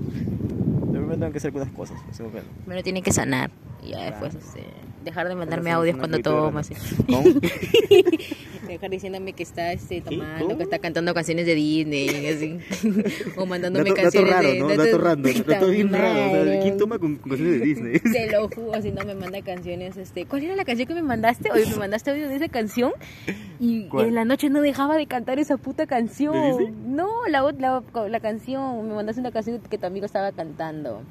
repente tengo que hacer algunas cosas. pues, tengo que-
Me lo tiene que sanar. Y ya después este, dejar de mandarme
Una-
audios
una
cuando
cuita de
toma.
rana.
así. [LAUGHS]
¿Cómo?
Dejar diciéndome que está este, tomando,
¿Cómo?
que está cantando canciones de Disney. Así. [LAUGHS] o mandándome
Dato, dato
canciones
raro,
de...
¿no?
datos-
Dato random. Dato bien
Puta
raro. O sea,
madre.
¿Quién toma con con canciones de
[LAUGHS]
Disney?
Te lo juro, si no me manda canciones, este, ¿cuál era la canción que me mandaste? Hoy me mandaste audio de esa canción y
¿Cuál?
en la noche no dejaba de cantar esa puta canción.
¿De Disney?
No, la, ot- la, la canción, me mandaste una canción que tu amigo estaba cantando.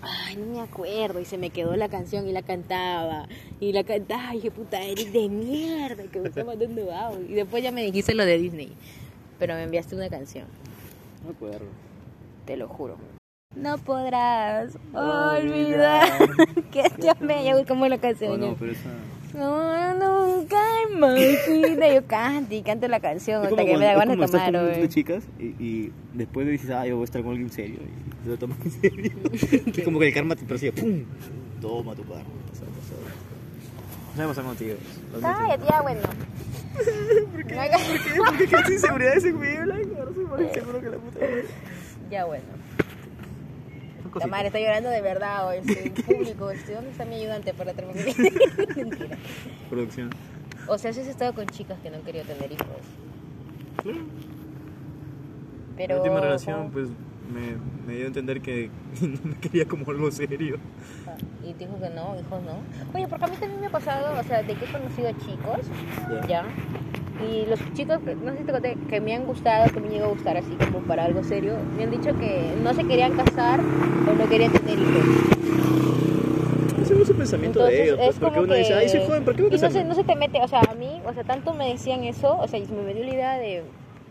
Ay, no me acuerdo, y se me quedó la canción y la cantaba, y la cantaba, y dije, puta, eres de mierda, que me está mandando audio. Y después ya me dijiste lo de Disney, pero me enviaste una canción.
No me acuerdo.
Te lo juro. No podrás olvidar [LAUGHS] que te amé. Ya voy como la
Oh,
canción.
no, pues.
No,
pero esa.
nunca imaginé. Yo canto y canto la canción
Es
hasta
como
que me
cuando-
da
es
ganas
como
de
estás
tomar.
con un montón de
güey.
chicas y, y después dices, ah, yo voy a estar con alguien serio y te lo tomas en serio.
[LAUGHS]
es como que el karma te persigue, ¡pum! Toma tu karma. Pasó, pasó. No me pasar contigo. lo admito.
Cállate, ya bueno. No hagas-
[LAUGHS] ¿Por qué crees inseguridad ese güey? blanco? Ahora soy más inseguro que la puta. madre.
[LAUGHS] Ya bueno.
Son
La
cositas.
madre está llorando de verdad hoy. Estoy en público. Estoy, ¿Dónde está mi ayudante para terminar? Mentira.
Producción.
O sea, sí has estado con chicas que no han querido tener hijos. Pero.
La última relación,
¿cómo?
pues, me, me dio a entender que [LAUGHS] no me quería como algo serio.
Y dijo que no, dijo no. Oye, porque a mí también me ha pasado, o sea, de que he conocido a chicos, ya, Y los chicos, que- no sé si te conté, que me han gustado, que me llegó a gustar así como para algo serio, me han dicho que no se querían casar o no querían tener hijos.
Ese no es el pensamiento de ellos. pues, porque
como
uno dice, ay, soy
que-
joven, ¿por qué voy a
y no se,
casarme?
no se te mete, o sea, a mí, o sea, tanto me decían eso, o sea, y me metió la idea de,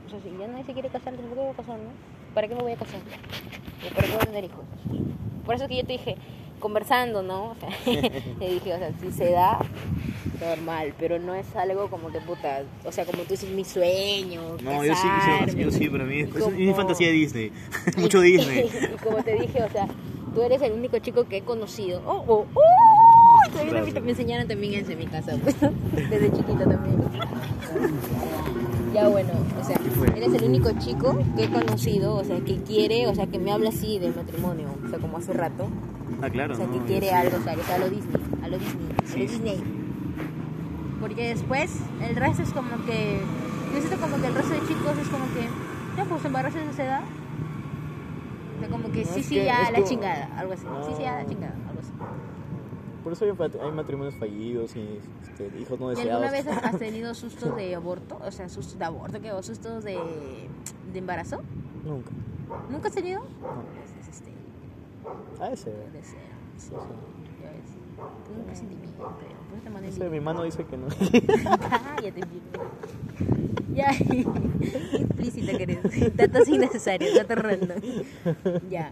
o sea, si ya nadie se quiere casar, entonces, ¿por qué voy a casar, no? ¿Para qué me voy a casar? ¿O ¿Para qué voy a tener hijos? Por eso que yo te dije, conversando, ¿no? O sea, [LAUGHS] te dije, o sea, si se da, normal, pero no es algo como que puta, o sea, como tú dices, mi sueño,
No, yo sí, yo,
casarme.
yo sí, para mí es, es
Como-
mi fantasía de Disney. [LAUGHS]
[LAUGHS]
Mucho Disney.
y como te dije, o sea, tú eres el único chico que he conocido. ¡Oh, oh, oh! Todavía no me- me enseñaron también eso en mi casa, pues, desde chiquita también. Ya bueno, o sea,
fue?
eres el único chico que he conocido, o sea, que quiere, o sea, que me habla así del matrimonio, o sea, como hace rato,
Ah, claro.
o sea,
no,
que
yo
quiere
sí.
algo, o sea, que sea a lo Disney, a lo Disney, a
Sí,
lo
sí,
Disney.
sí.
Porque después, el resto es como que, yo siento como que el resto de chicos es como que, ya pues embarazos a esa edad. O sea, como que
No,
sí,
es
sí,
que
ya
es
a la
como-
chingada, algo así, sí, sí, ya a la
No.
chingada, algo así.
Por eso hay, fat- hay matrimonios fallidos y este, hijos no
¿Y
deseados.
alguna
[LAUGHS]
vez has has tenido sustos de aborto? O sea, sustos de aborto, ¿qué? ¿O sustos de, de embarazo?
Nunca.
¿Nunca has tenido?
No.
Es- es este,
Ah, ese.
puede ser, sí,
ese.
ya ves. Tú nunca sentimiento, creo. Por eso te mandé el
Ese, mi mano dice que no.
Cállate, bien. Ya, implícita que eres. Datos innecesarios, datos random. Ya.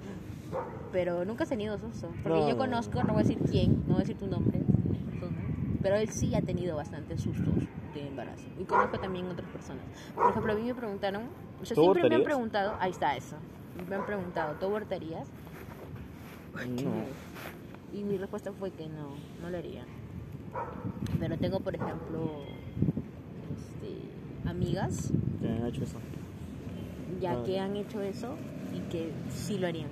Pero nunca has tenido susto. Porque
No,
yo
no,
conozco, no voy a decir quién, no voy a decir tu nombre. persona, Pero él sí ha tenido bastantes sustos de embarazo. Y conozco también otras personas. Por ejemplo, a mí me preguntaron, o sea,
¿Tú
siempre me han
abortarías?
preguntado, ahí está eso. Me han preguntado, ¿tú abortarías?
[LAUGHS] No.
Y mi respuesta fue que no, no lo haría. Pero tengo, por ejemplo, este, amigas
Ya han hecho eso.
ya
Ah.
que han hecho eso y que sí lo harían.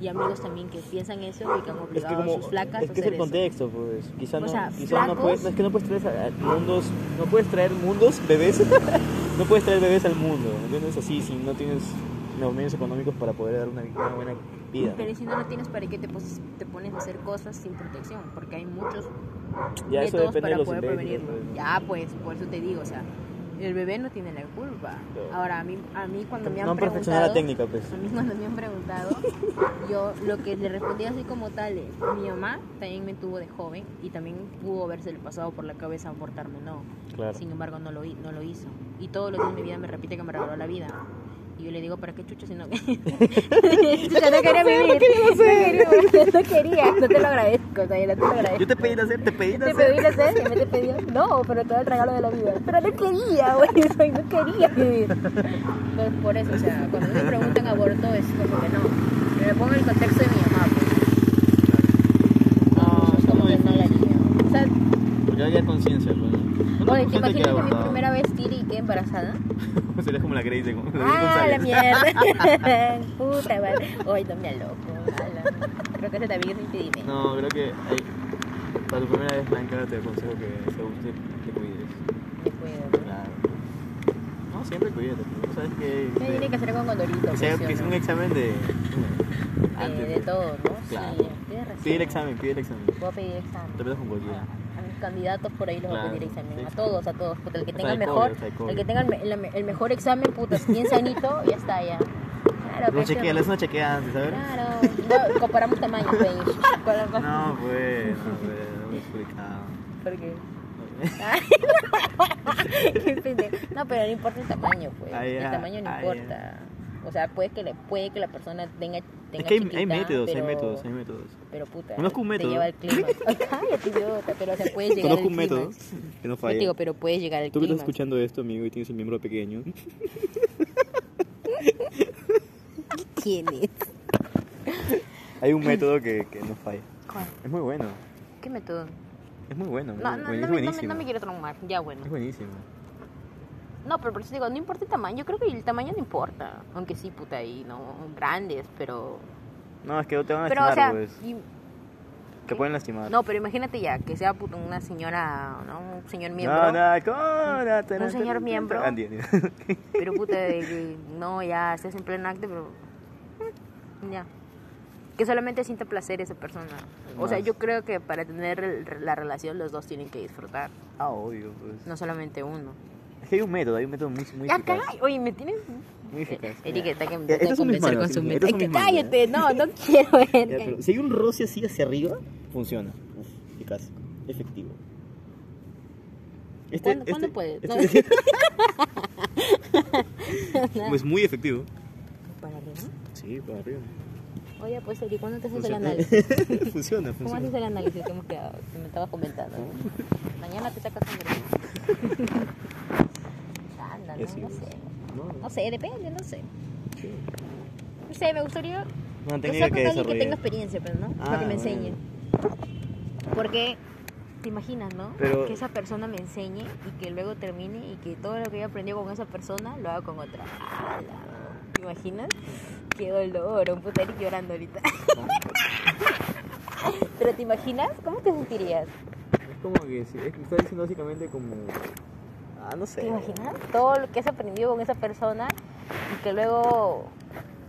Y amigos también que piensan eso y que han
Es que
obligado
como.
a sus flacas
es
a
que es
hacer
el
eso.
contexto, pues. Quizá
O
no.
sea,
quizá no
flacos.
puedes. Es que no puedes traer a- a mundos. No puedes traer mundos, bebés. [LAUGHS] no puedes traer bebés al mundo. ¿Entiendes? Así, si no tienes los medios económicos para poder dar una, una buena vida.
Pero si no lo tienes, ¿para qué te, pos- te pones a hacer cosas sin protección? Porque hay muchos
Ya, eso
métodos
depende de
para
los
poder
imbéciles,
prevenirlo.
pues.
Ya, pues, por eso te digo, o sea, el bebé no tiene la culpa.
Claro.
Ahora, a mí, a mí cuando me han
No han perfeccionado
preguntado-
la técnica, pues.
A mí cuando me han preguntado, [LAUGHS] yo lo que le respondí así como tal es, mi mamá también me tuvo de joven y también pudo haberse pasado por la cabeza abortarme, no.
pues, Claro.
Sin embargo, no lo, hi- no lo hizo. Y todos los días de mi vida me repite que me regaló la vida. Y yo le digo, ¿para qué chucho si no? [LAUGHS] Chucha, no quería vivir. [LAUGHS] No quería, no quería. No te lo agradezco, Daniela, te lo agradezco.
Yo te pedí nacer, te pedí
¿Te
nacer.
pedí [LAUGHS] la sed? ¿Me te pedí? No, pero te da el regalo de la vida. Pero no quería, güey, [LAUGHS] soy- no quería vivir. Pues por eso, o sea, cuando me preguntan aborto es como que no. Pero me pongo en el contexto de mi mamá, pues.
Ah,
No, es como que no la niña. O sea,
Porque había conciencia, pues. ¿no?
oye,
Gente
¿te
que
imaginas que mi
abortaba.
primera vez tire y quede embarazada?
[LAUGHS] Serías como la Grace de como- de
¡Ah, la
González. [LAUGHS]
mierda! [LAUGHS] Puta madre. Hoy no me aloco. ala. Creo que ese también es impedimento.
No, creo que ahí, para tu primera vez, Blanca, te aconsejo que te guste, te cuides.
Me cuido.
Claro. No, siempre cuídate. pero Sabes que.
Me tiene que hacer con condorito.
que sea-
pues,
que
¿sí
sea
o
un
no?
examen de. antes,
Ah, de, de
pues.
todo, ¿no?
Claro.
Sí, tienes razón.
Pide el examen, pide el examen.
Voy a pedir examen.
Te metes con cualquiera.
A mis candidatos por ahí los voy a
Claro,
pedir examen.
sí.
A todos, a todos. Puta, el que
Hasta
tenga el
de
mejor,
cobre, hasta de cobre.
el que tenga el, me- la me- el mejor examen, puta, bien sanito, ya está ya. Claro,
No
pues,
chequea,
sí,
le haces una chequea antes, ¿sabes?
Claro. No, comparamos tamaños,
[LAUGHS]
güey. Con la-
No, pues, no, pues, muy explicado.
Porque... Ay, [LAUGHS] qué pendejo. no, pero no importa el tamaño, pues.
Ah,
El
ya,
tamaño no
ah, ya.
importa. O sea, puede que, le- puede que la persona tenga, tenga
Es que hay,
chiquita,
hay métodos, hay
pero-
métodos, hay métodos.
Pero puta,
Conozco un
te
método.
lleva el
[LAUGHS]
clima. Cállate, idiota, pero o sea, puedes llegar
Conozco
al
un método
clímax.
que no
Yo
falla.
te digo, pero puedes llegar al
Tú que estás
clima.
escuchando esto, amigo, y tienes el miembro pequeño.
¿Quién es?
[LAUGHS] Hay un método que, que no falla. Es muy bueno.
¿Qué método?
Es muy bueno.
No, no, no, me,
es buen- es
no, me,
buenísimo.
no me quiero traumar, ya bueno.
Es buenísimo.
No, pero por eso digo, no importa el tamaño, yo creo que el tamaño no importa. Aunque sí, puta, y no, grandes, pero...
No, es que no te van a
Pero, o
lastimar,
sea,
pues.
y-
Te pueden lastimar.
no, pero imagínate ya, que sea puta, una señora, ¿no? un señor miembro.
No, no, ¿cómo? No, te-
Un
no, te-
señor
te-
miembro.
Andy, Andy. [LAUGHS]
Pero puta, de que, no, ya, estás en pleno acto, pero. mm, Ya. Que solamente sienta placer esa persona. O sea,
Más.
yo creo que para tener el- la relación los dos tienen que disfrutar,
Ah, obvio, pues.
no solamente uno.
Es que hay un método, hay un método muy, muy
Ah,
eficaz.
caray, oye, me tienes...
Muy eficaz.
Eric
mira.
está que me
Ya,
trata de
estas son mis
convencer
manos,
con su
Eric,
mente. Es
estas son
que
mis manos,
cállate, no, no [LAUGHS] quiero ver.
Ya, pero si hay un roce así hacia arriba, funciona. Uf, eficaz, efectivo. Este,
¿Cuándo- cuándo puede?
pues muy efectivo.
¿Para arriba?
Sí, para arriba.
Oye, pues Eric, ¿cuándo te haces el
Funciona. [LAUGHS]
análisis?
funciona,
¿Cómo haces
funciona.
el análisis que hemos quedado? Que me estabas comentando. Mañana te sacas sangre.
[LAUGHS]
Anda,
Y así
no, no
es.
sé.
No, no,
No sé, depende, no sé.
sí.
No sé, me gustaría...
Una
Yo
técnica
saco
que
con alguien que tenga
desarrollar.
experiencia, pero no,
Ah,
para que me
bueno.
enseñe. Porque te imaginas, ¿no?
Pero-
Que esa persona me enseñe y que luego termine y que todo lo que yo aprendí con esa persona lo haga con otra. ¡Hala! ¿Te imaginas? Qué dolor, un puta Eric llorando ahorita.
[LAUGHS]
Pero te imaginas, ¿cómo te sentirías?
Es como que, sí, es que está diciendo básicamente como... Ah, no sé.
¿Te imaginas todo lo que has aprendido con esa persona y que luego...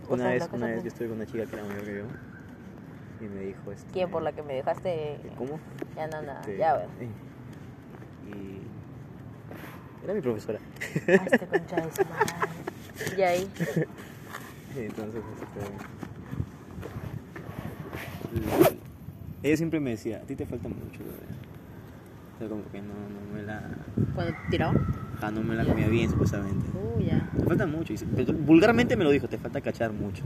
o
Una
sea,
vez,
lo que
una
has
vez
aprendido?
yo estuve con una chica que era mayor que yo. Y me dijo este...
¿Quién por la que me dejaste?
¿Cómo?
Ya no, nada,
Este,
ya bueno.
eh, Y... Era mi profesora. [LAUGHS]
Ah, este concha de su madre. Y ahí,
Entonces, este, Ella siempre me decía, a ti te falta mucho, bebé". O sea, como que no, no me la...
cuando tiraron,
ah, no me la comía bien, supuestamente.
uh, ya.
Te falta mucho, dice. Pero vulgarmente me lo dijo, te falta cachar mucho.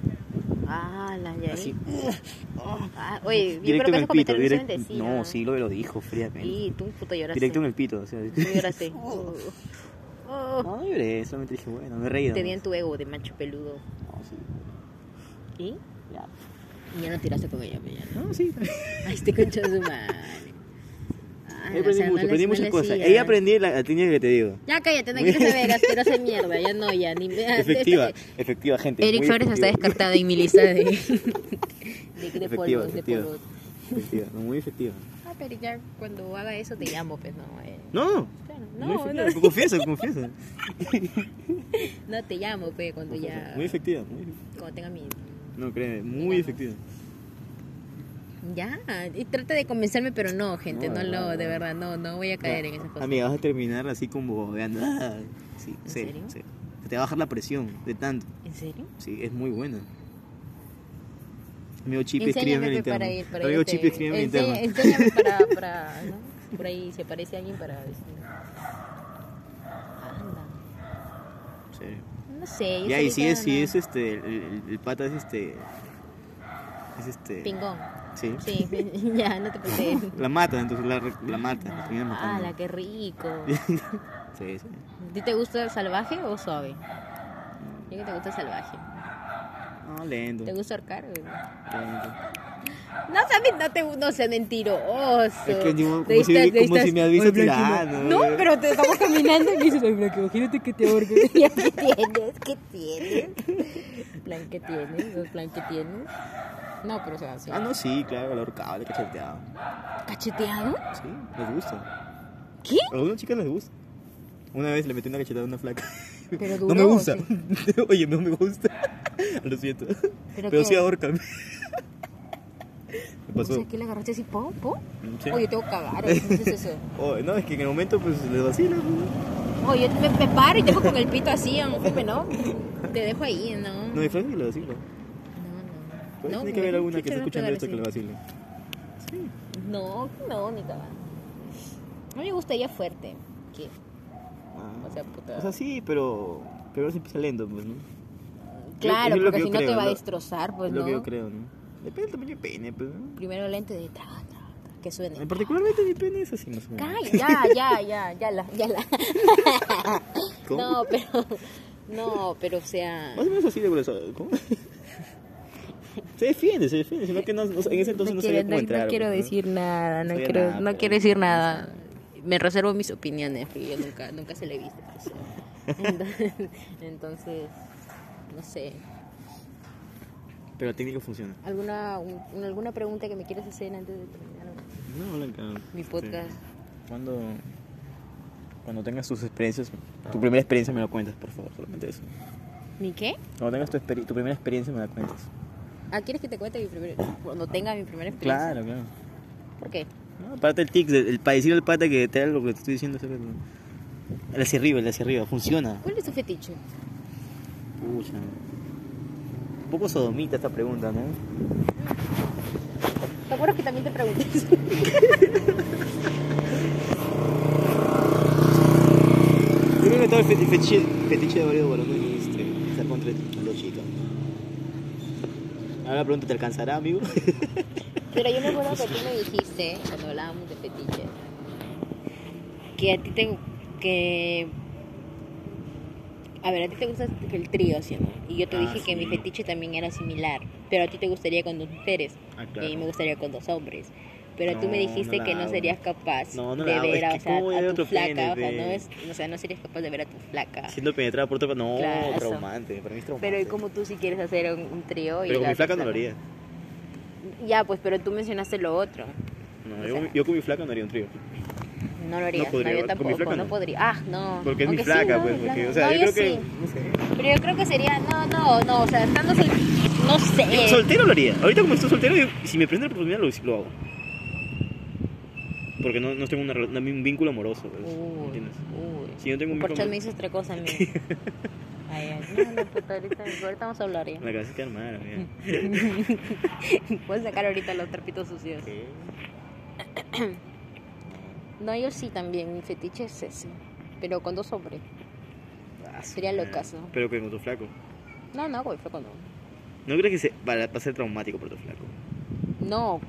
Ah, la ya.
Así.
Ah, oye, yo creo
Directo
que
en
esos
el pito.
comentarios
direct-
no se decían.
No, sí, lo, lo dijo fríamente.
Y ¿eh? tú, puta, lloraste.
Directo en el pito, o sea...
[LAUGHS] Tú lloraste. Oh. Oh.
[LAUGHS] No, no lloré, solamente dije, bueno, me he reído.
Te
¿no?
vi en tu ego de macho peludo.
No, sí.
¿Y?
Ya.
Y ya no tiraste con ella, pues, ya, ¿no? [LAUGHS]
No, sí.
Ay, este concha de su madre.
[LAUGHS]
Ah,
Yo
o
aprendí
sea, no
mucho,
le-
aprendí
no
muchas
le
cosas.
sigas.
Ella aprendí la, la técnica que
[LAUGHS]
te digo.
Ya cállate, no quieres
[LAUGHS]
saber, pero hace mierda, ya no, ya, ni me
Efectiva, efectiva, gente.
Eric
muy
Flores está
efectiva. [LAUGHS]
descartado en mi lista de, de, de
Efectiva,
polvos, de
efectiva.
polvos.
Efectiva, no, muy efectiva.
Ah, pero ya cuando haga eso te llamo, pues no. eh.
No,
Claro,
muy
no,
efectiva.
no,
Confiesa, confiesa.
[LAUGHS] no te llamo, pues cuando ya.
Muy efectiva, muy efectiva.
Cuando tenga mi.
No, créeme, muy efectiva.
Ya, y trata de convencerme, pero no, gente,
No,
no,
de
lo,
verdad,
de
no.
verdad, no, no voy a caer en esas cosas.
Amiga, vas a terminar así como bobeando. Ah, Sí,
¿En
serio,
serio?
serio. Te va a bajar la presión de tanto.
¿En serio?
Sí, es muy buena. Amigo Chip, escríbeme
Enséñame
el
pues, para
interno.
ir, para
Amigo
ir,
Chip,
este,
escríbeme el interno.
ense- Enséñame
[LAUGHS]
para, para, ¿no? Por ahí, si aparece alguien para decir. Anda.
En serio.
No sé, yo
Ya, y
ahorita
si es, si
no.
es este, el, el- el pata es este. Es este.
Pingón.
Sí.
Sí, [LAUGHS] ya, no te puse.
[LAUGHS] La mata, entonces la, la mata. La termina
Ah,
matando.
la que rico.
[LAUGHS] Sí, sí.
¿A ti te gusta el salvaje o suave? Yo que te gusta el salvaje.
No, Ah, lento.
¿Te gusta ahorcar? No,
lento.
también no te no seas mentiroso.
Es que yo-
De
como si-
estas- de
como si
estas-
me eh. avisa
Oye, Blanqui,
tirando.
No, pero te
[LAUGHS]
estamos caminando y me dices,
Ay, Blanca, imagínate que te ahorque.
"Ya, ¿qué tienes? ¿Qué tienes? ¿Plan que tienes? ¿Los plan que tienes? No, pero o sea, sí.
Ah, no, sí, claro, el ahorcado, el cacheteado.
¿Cacheteado?
Sí, les gusta.
¿Qué?
A algunas chicas les gusta. Una vez le metí una cachetada a una flaca.
Pero
no me
duró,
gusta.
¿sí?
[LAUGHS] Oye, no me gusta. Lo siento.
¿Pero
Pero,
qué?
sí, [LAUGHS] ahorcame. Me
O
pasó.
sea, ¿qué le agarraste así? ¿Po? ¿Po?
Sí.
Oye, tengo que cagar. ¿qué es eso?
Oh, no, es que en el momento pues les vacila. pues.
Oye, yo me, me paro y tengo con el pito así, hombre, ¿no? Te dejo ahí, ¿no?
No, hay frase que le vacila.
No,
Pues,
no.
tiene que haber alguna que
chucha,
esté
no
escuchando
pegar
esto que le
así.
vacile. Sí.
No, no, ni cagando. No me gustaría fuerte. ¿Qué?
Ah.
O sea, puta.
O sea, sí, pero. Pero ahora sí empieza lento, pues, ¿no?
claro,
es lo
porque
que
si
yo
no te
creo,
va a
lo-
destrozar, pues
es lo
no.
que yo creo, ¿no? Depende del tamaño del pene, pues. ¿no?
Primero lente de tra, tra, tra, que suene.
Eh, Particularmente mi pene es así, más o menos.
Calla, ya, ya, ya, ya la, ya la.
[LAUGHS] ¿Cómo?
No, pero. No, pero o sea.
Más o menos así de grueso. ¿Cómo? se defiende, se defiende. Sino que no, no- en ese entonces no,
quiero,
sabía cómo
no- no
entrar.
quiero
pues,
decir nada, no
Sabía
quiero,
nada, pues.
no
pero-
quiero decir nada. Me reservo mis opiniones, porque yo nunca, nunca se le he visto. pues. Entonces, [LAUGHS] entonces, no sé.
¿no? Pero la técnica funciona.
¿Alguna, un- alguna pregunta que me quieras hacer antes de terminar
No, Blanca.
mi
este,
podcast?
Cuando. Cuando tengas tus experiencias, tu primera experiencia me la cuentas, por favor, solamente eso.
¿Mi qué?
Cuando tengas tu, experi- tu primera experiencia me la cuentas.
Ah, ¿quieres que te cuente mi primer, cuando tenga mi primera experiencia?
Claro, claro.
¿Por qué?
No, aparte el tics, el, el parecido al pata que te da lo que te estoy diciendo. hace rato. El hacia arriba, el hacia arriba, funciona.
¿Cuál es tu fetiche?
Pucha. Un poco sodomita esta pregunta, ¿no?
¿Te acuerdas que también te pregunté?
[LAUGHS] Yo creo que todo el feti- fetiche, fetiche de varios varones es este, estar contra los chicas. Ahora la pregunta, ¿te alcanzará, [LAUGHS] amigo?
Pero yo me acuerdo que tú me dijiste, cuando hablábamos de fetiche, que a ti te... que... A ver, a ti te gusta el trío, ¿sí o no? Y yo te
Ah,
dije que
sí.
mi fetiche también era similar, pero a ti te gustaría con dos mujeres, y
Ah,
a mí
claro.
me gustaría con dos hombres. Pero tú me
No,
dijiste
no la
que no
hago.
serías capaz
No, no la
de
hago.
ver
Es
a,
que
o sea,
¿cómo voy a
a
ver
tu
otro
flaca, o,
pene,
sea, no
ve?
es, o sea, no serías capaz de ver a tu flaca.
Siendo penetrada por otra... No,
Claro, eso.
traumante. Para mí es traumante.
Pero ¿y como tú si quieres hacer un, un trío? y
Pero con
la
mi flaca
otra
no lo haría.
Ya, pues, pero tú mencionaste lo otro.
No,
O
yo,
sea-
yo con mi flaca no haría un trío.
No lo haría, no,
No podría,
yo
con mi
tampoco,
flaca
no.
no.
podría. Ah, no.
Porque es mi
Aunque sí,
flaca,
no,
pues.
mi
Porque,
flaca.
o sea,
No,
yo creo que...
sí.
No sé.
Pero yo creo que sería, no, no, no, o sea, estando sol... No
Yo
sé.
soltero lo haría. Ahorita como estoy soltero, yo- si me prende la oportunidad, lo, lo hago. Porque no, no tengo una, rela- un vínculo amoroso, pues,
Uy,
¿entiendes?
uy.
Si yo tengo un
Por chat
vínculo...
me hizo otra cosa a mí. [LAUGHS] Ay, ay, no, no, puta, ahorita, ahorita vamos a hablar
[LAUGHS]
ya.
La cabeza está armada, mira.
[LAUGHS] Puedes sacar ahorita los trapitos sucios. No, yo sí también, mi fetiche es ese. Pero con dos hombres. Sería lo caso.
Ah, Pero que con tu flaco.
No, no, güey, fue con uno.
¿No crees que se, para, para ser traumático para tu flaco?
No,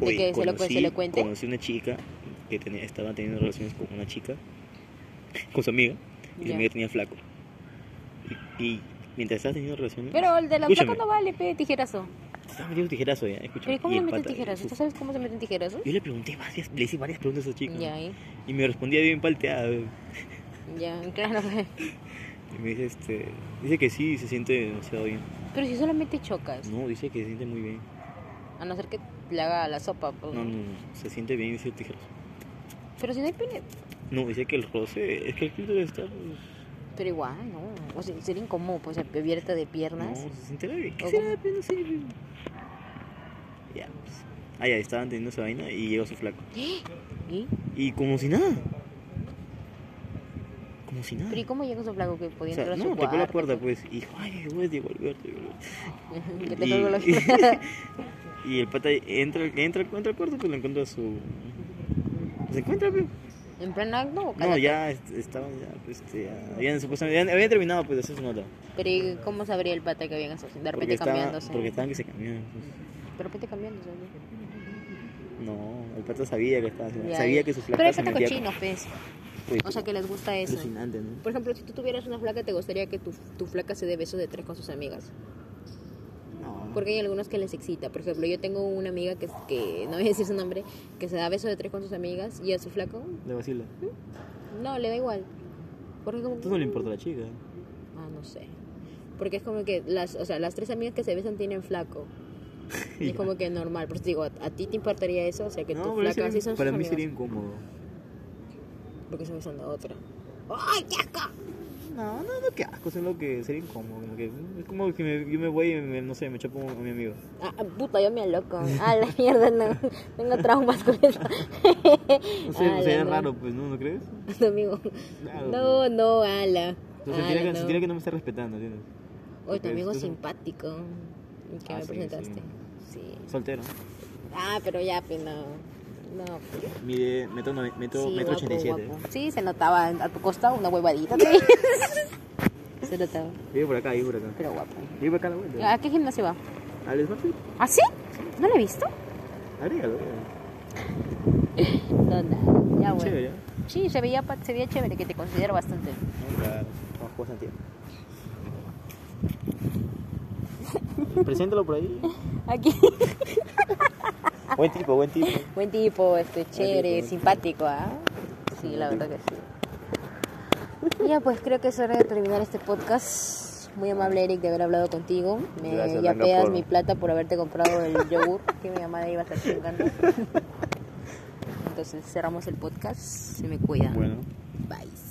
De que se lo cu- se lo cuente.
Conocí una chica que tenía, estaba teniendo relaciones con una chica, [LAUGHS] con su amiga, y
Ya.
la amiga tenía flaco. Y, y mientras estaba teniendo relaciones...
pero el de la flaca
Escúchame.
no vale, pe, tijerazo.
Te Estaba metiendo tijerazo ya, escucha.
¿Pero cómo
y
le
el
meten
pata-
tijeras? ¿Tú sabes cómo se meten tijeras?
Yo le pregunté varias, le hice varias preguntas a esa chica.
Ya, ¿eh? ahí.
Y me respondía bien palteada.
Ya, claro.
Y me dice, este, dice que sí, se siente demasiado bien.
Pero si solamente chocas,
No, dice que se siente muy bien.
a no ser que le haga la sopa. pues,
No, no, no, se siente bien, dice el tijerazo.
Pero si no hay pene,
No, dice que el roce, es que el clítoris está... pues,
pero igual, no. O sea, sería incómodo, pues, abierta de
No,
piernas.
se siente leve. ¿Qué
¿O
será
cómo?
de pena ser? Ya, pues. Ah, ya, estaban teniendo esa vaina y llegó su flaco.
[GASPS] ¿Y?
Y como si nada. Como si nada.
Pero ¿y cómo llega su flaco que
O
podía
sea,
entrar a
no,
su
tocó la
cuarto?
puerta, pues. Y dijo, ay, güey, de volver, de
[LAUGHS]
volver.
que te
Y-
salgo
[LAUGHS]
la
Y el pata entra, entra, entra al cuarto, pues lo encuentra a su. Se encuentra, pues.
¿En plan acto o
No,
Oh, cállate?
ya est- estaban, ya, pues, este, ya. Habían supuestamente. Habían, habían terminado, pues, de hacer su nota.
Pero ¿y cómo sabría el pata que habían hecho? De repente
estaba-
cambiándose.
porque estaban que se cambiaban. pues.
De repente cambiándose. ¿no?
No, el pato sabía que estaba haciendo.
Ya,
Sabía
ya.
que su flaca
Pero hay
se
pata
metía
cochinos, pues.
Uy,
O sea, que les gusta eso.
Alucinante, ¿no?
Por ejemplo, si tú tuvieras una flaca, ¿te gustaría que tu, tu flaca se dé besos de tres con sus amigas?
No.
Porque hay algunos que les excita. Por ejemplo, yo tengo una amiga que, que no voy a decir su nombre, que se da besos de tres con sus amigas y a su flaco,
Le vacila.
no, le da igual. Porque como...
Tú no le importa a la chica.
Ah, no sé. Porque es como que las, o sea, las tres amigas que se besan tienen
[LAUGHS]
flaco. Y es como que normal. Por eso te digo, ¿a, a ti te importaría eso? O sea, que tu
pero
flaca así son
para
sus
mí
amigas.
sería incómodo.
Porque se besan a otra. ¡Ay, qué asco!
No, no, no, qué asco, solo que sería incómodo. Como que, es como que me- yo me voy y, me- no sé, me chapo a mi amigo.
Ah, ah, puta, yo me aloco. Ah, la mierda,
[LAUGHS]
no. Tengo traumas con eso. Ah, [LAUGHS]
No sé,
Ala,
sería
no.
raro, pues, ¿no? ¿No crees?
[LAUGHS] No, amigo.
Claro.
No, no, ala.
O sea, sentiría
ala
que,
Ah, no.
sentiría que no me está respetando, ¿entiendes?
Oye, tu
Ok,
amigo
eso-
simpático. Que
Ah,
me
sí,
presentaste. Sí.
Soltero.
Ah, pero ya, pues no. No, pues,
Mide metro, nove- metro,
sí,
metro
guapo,
87.
guapo. Sí, se notaba a tu costado una huevadita. [LAUGHS] se notaba,
Vive por acá, vive por acá.
pero guapo.
Vive por acá a la vuelta.
¿A qué gimnasio va?
¿Al Smartfit?
¿Ah, sí? ¿No lo he visto?
Agrégalo, eh.
No, nada. Ya, Ah, bueno.
Chévere.
Sí, se veía, pa- se veía chévere, que te considero bastante.
Vamos a jugar Santiago. Preséntalo por ahí.
Aquí.
Buen tipo, buen tipo.
Buen tipo, este, chévere,
tipo, buen
simpático, ¿ah? Sí, la verdad que sí. Ya, pues creo que es hora de terminar este podcast. Muy amable, Eric, de haber hablado contigo. Me
Gracias, Blanca,
yapeas
por-
mi plata por haberte comprado el yogur que mi mamá iba a estar
[LAUGHS]
chingando. Entonces cerramos el podcast. Se me cuidan.
Bueno.
Bye.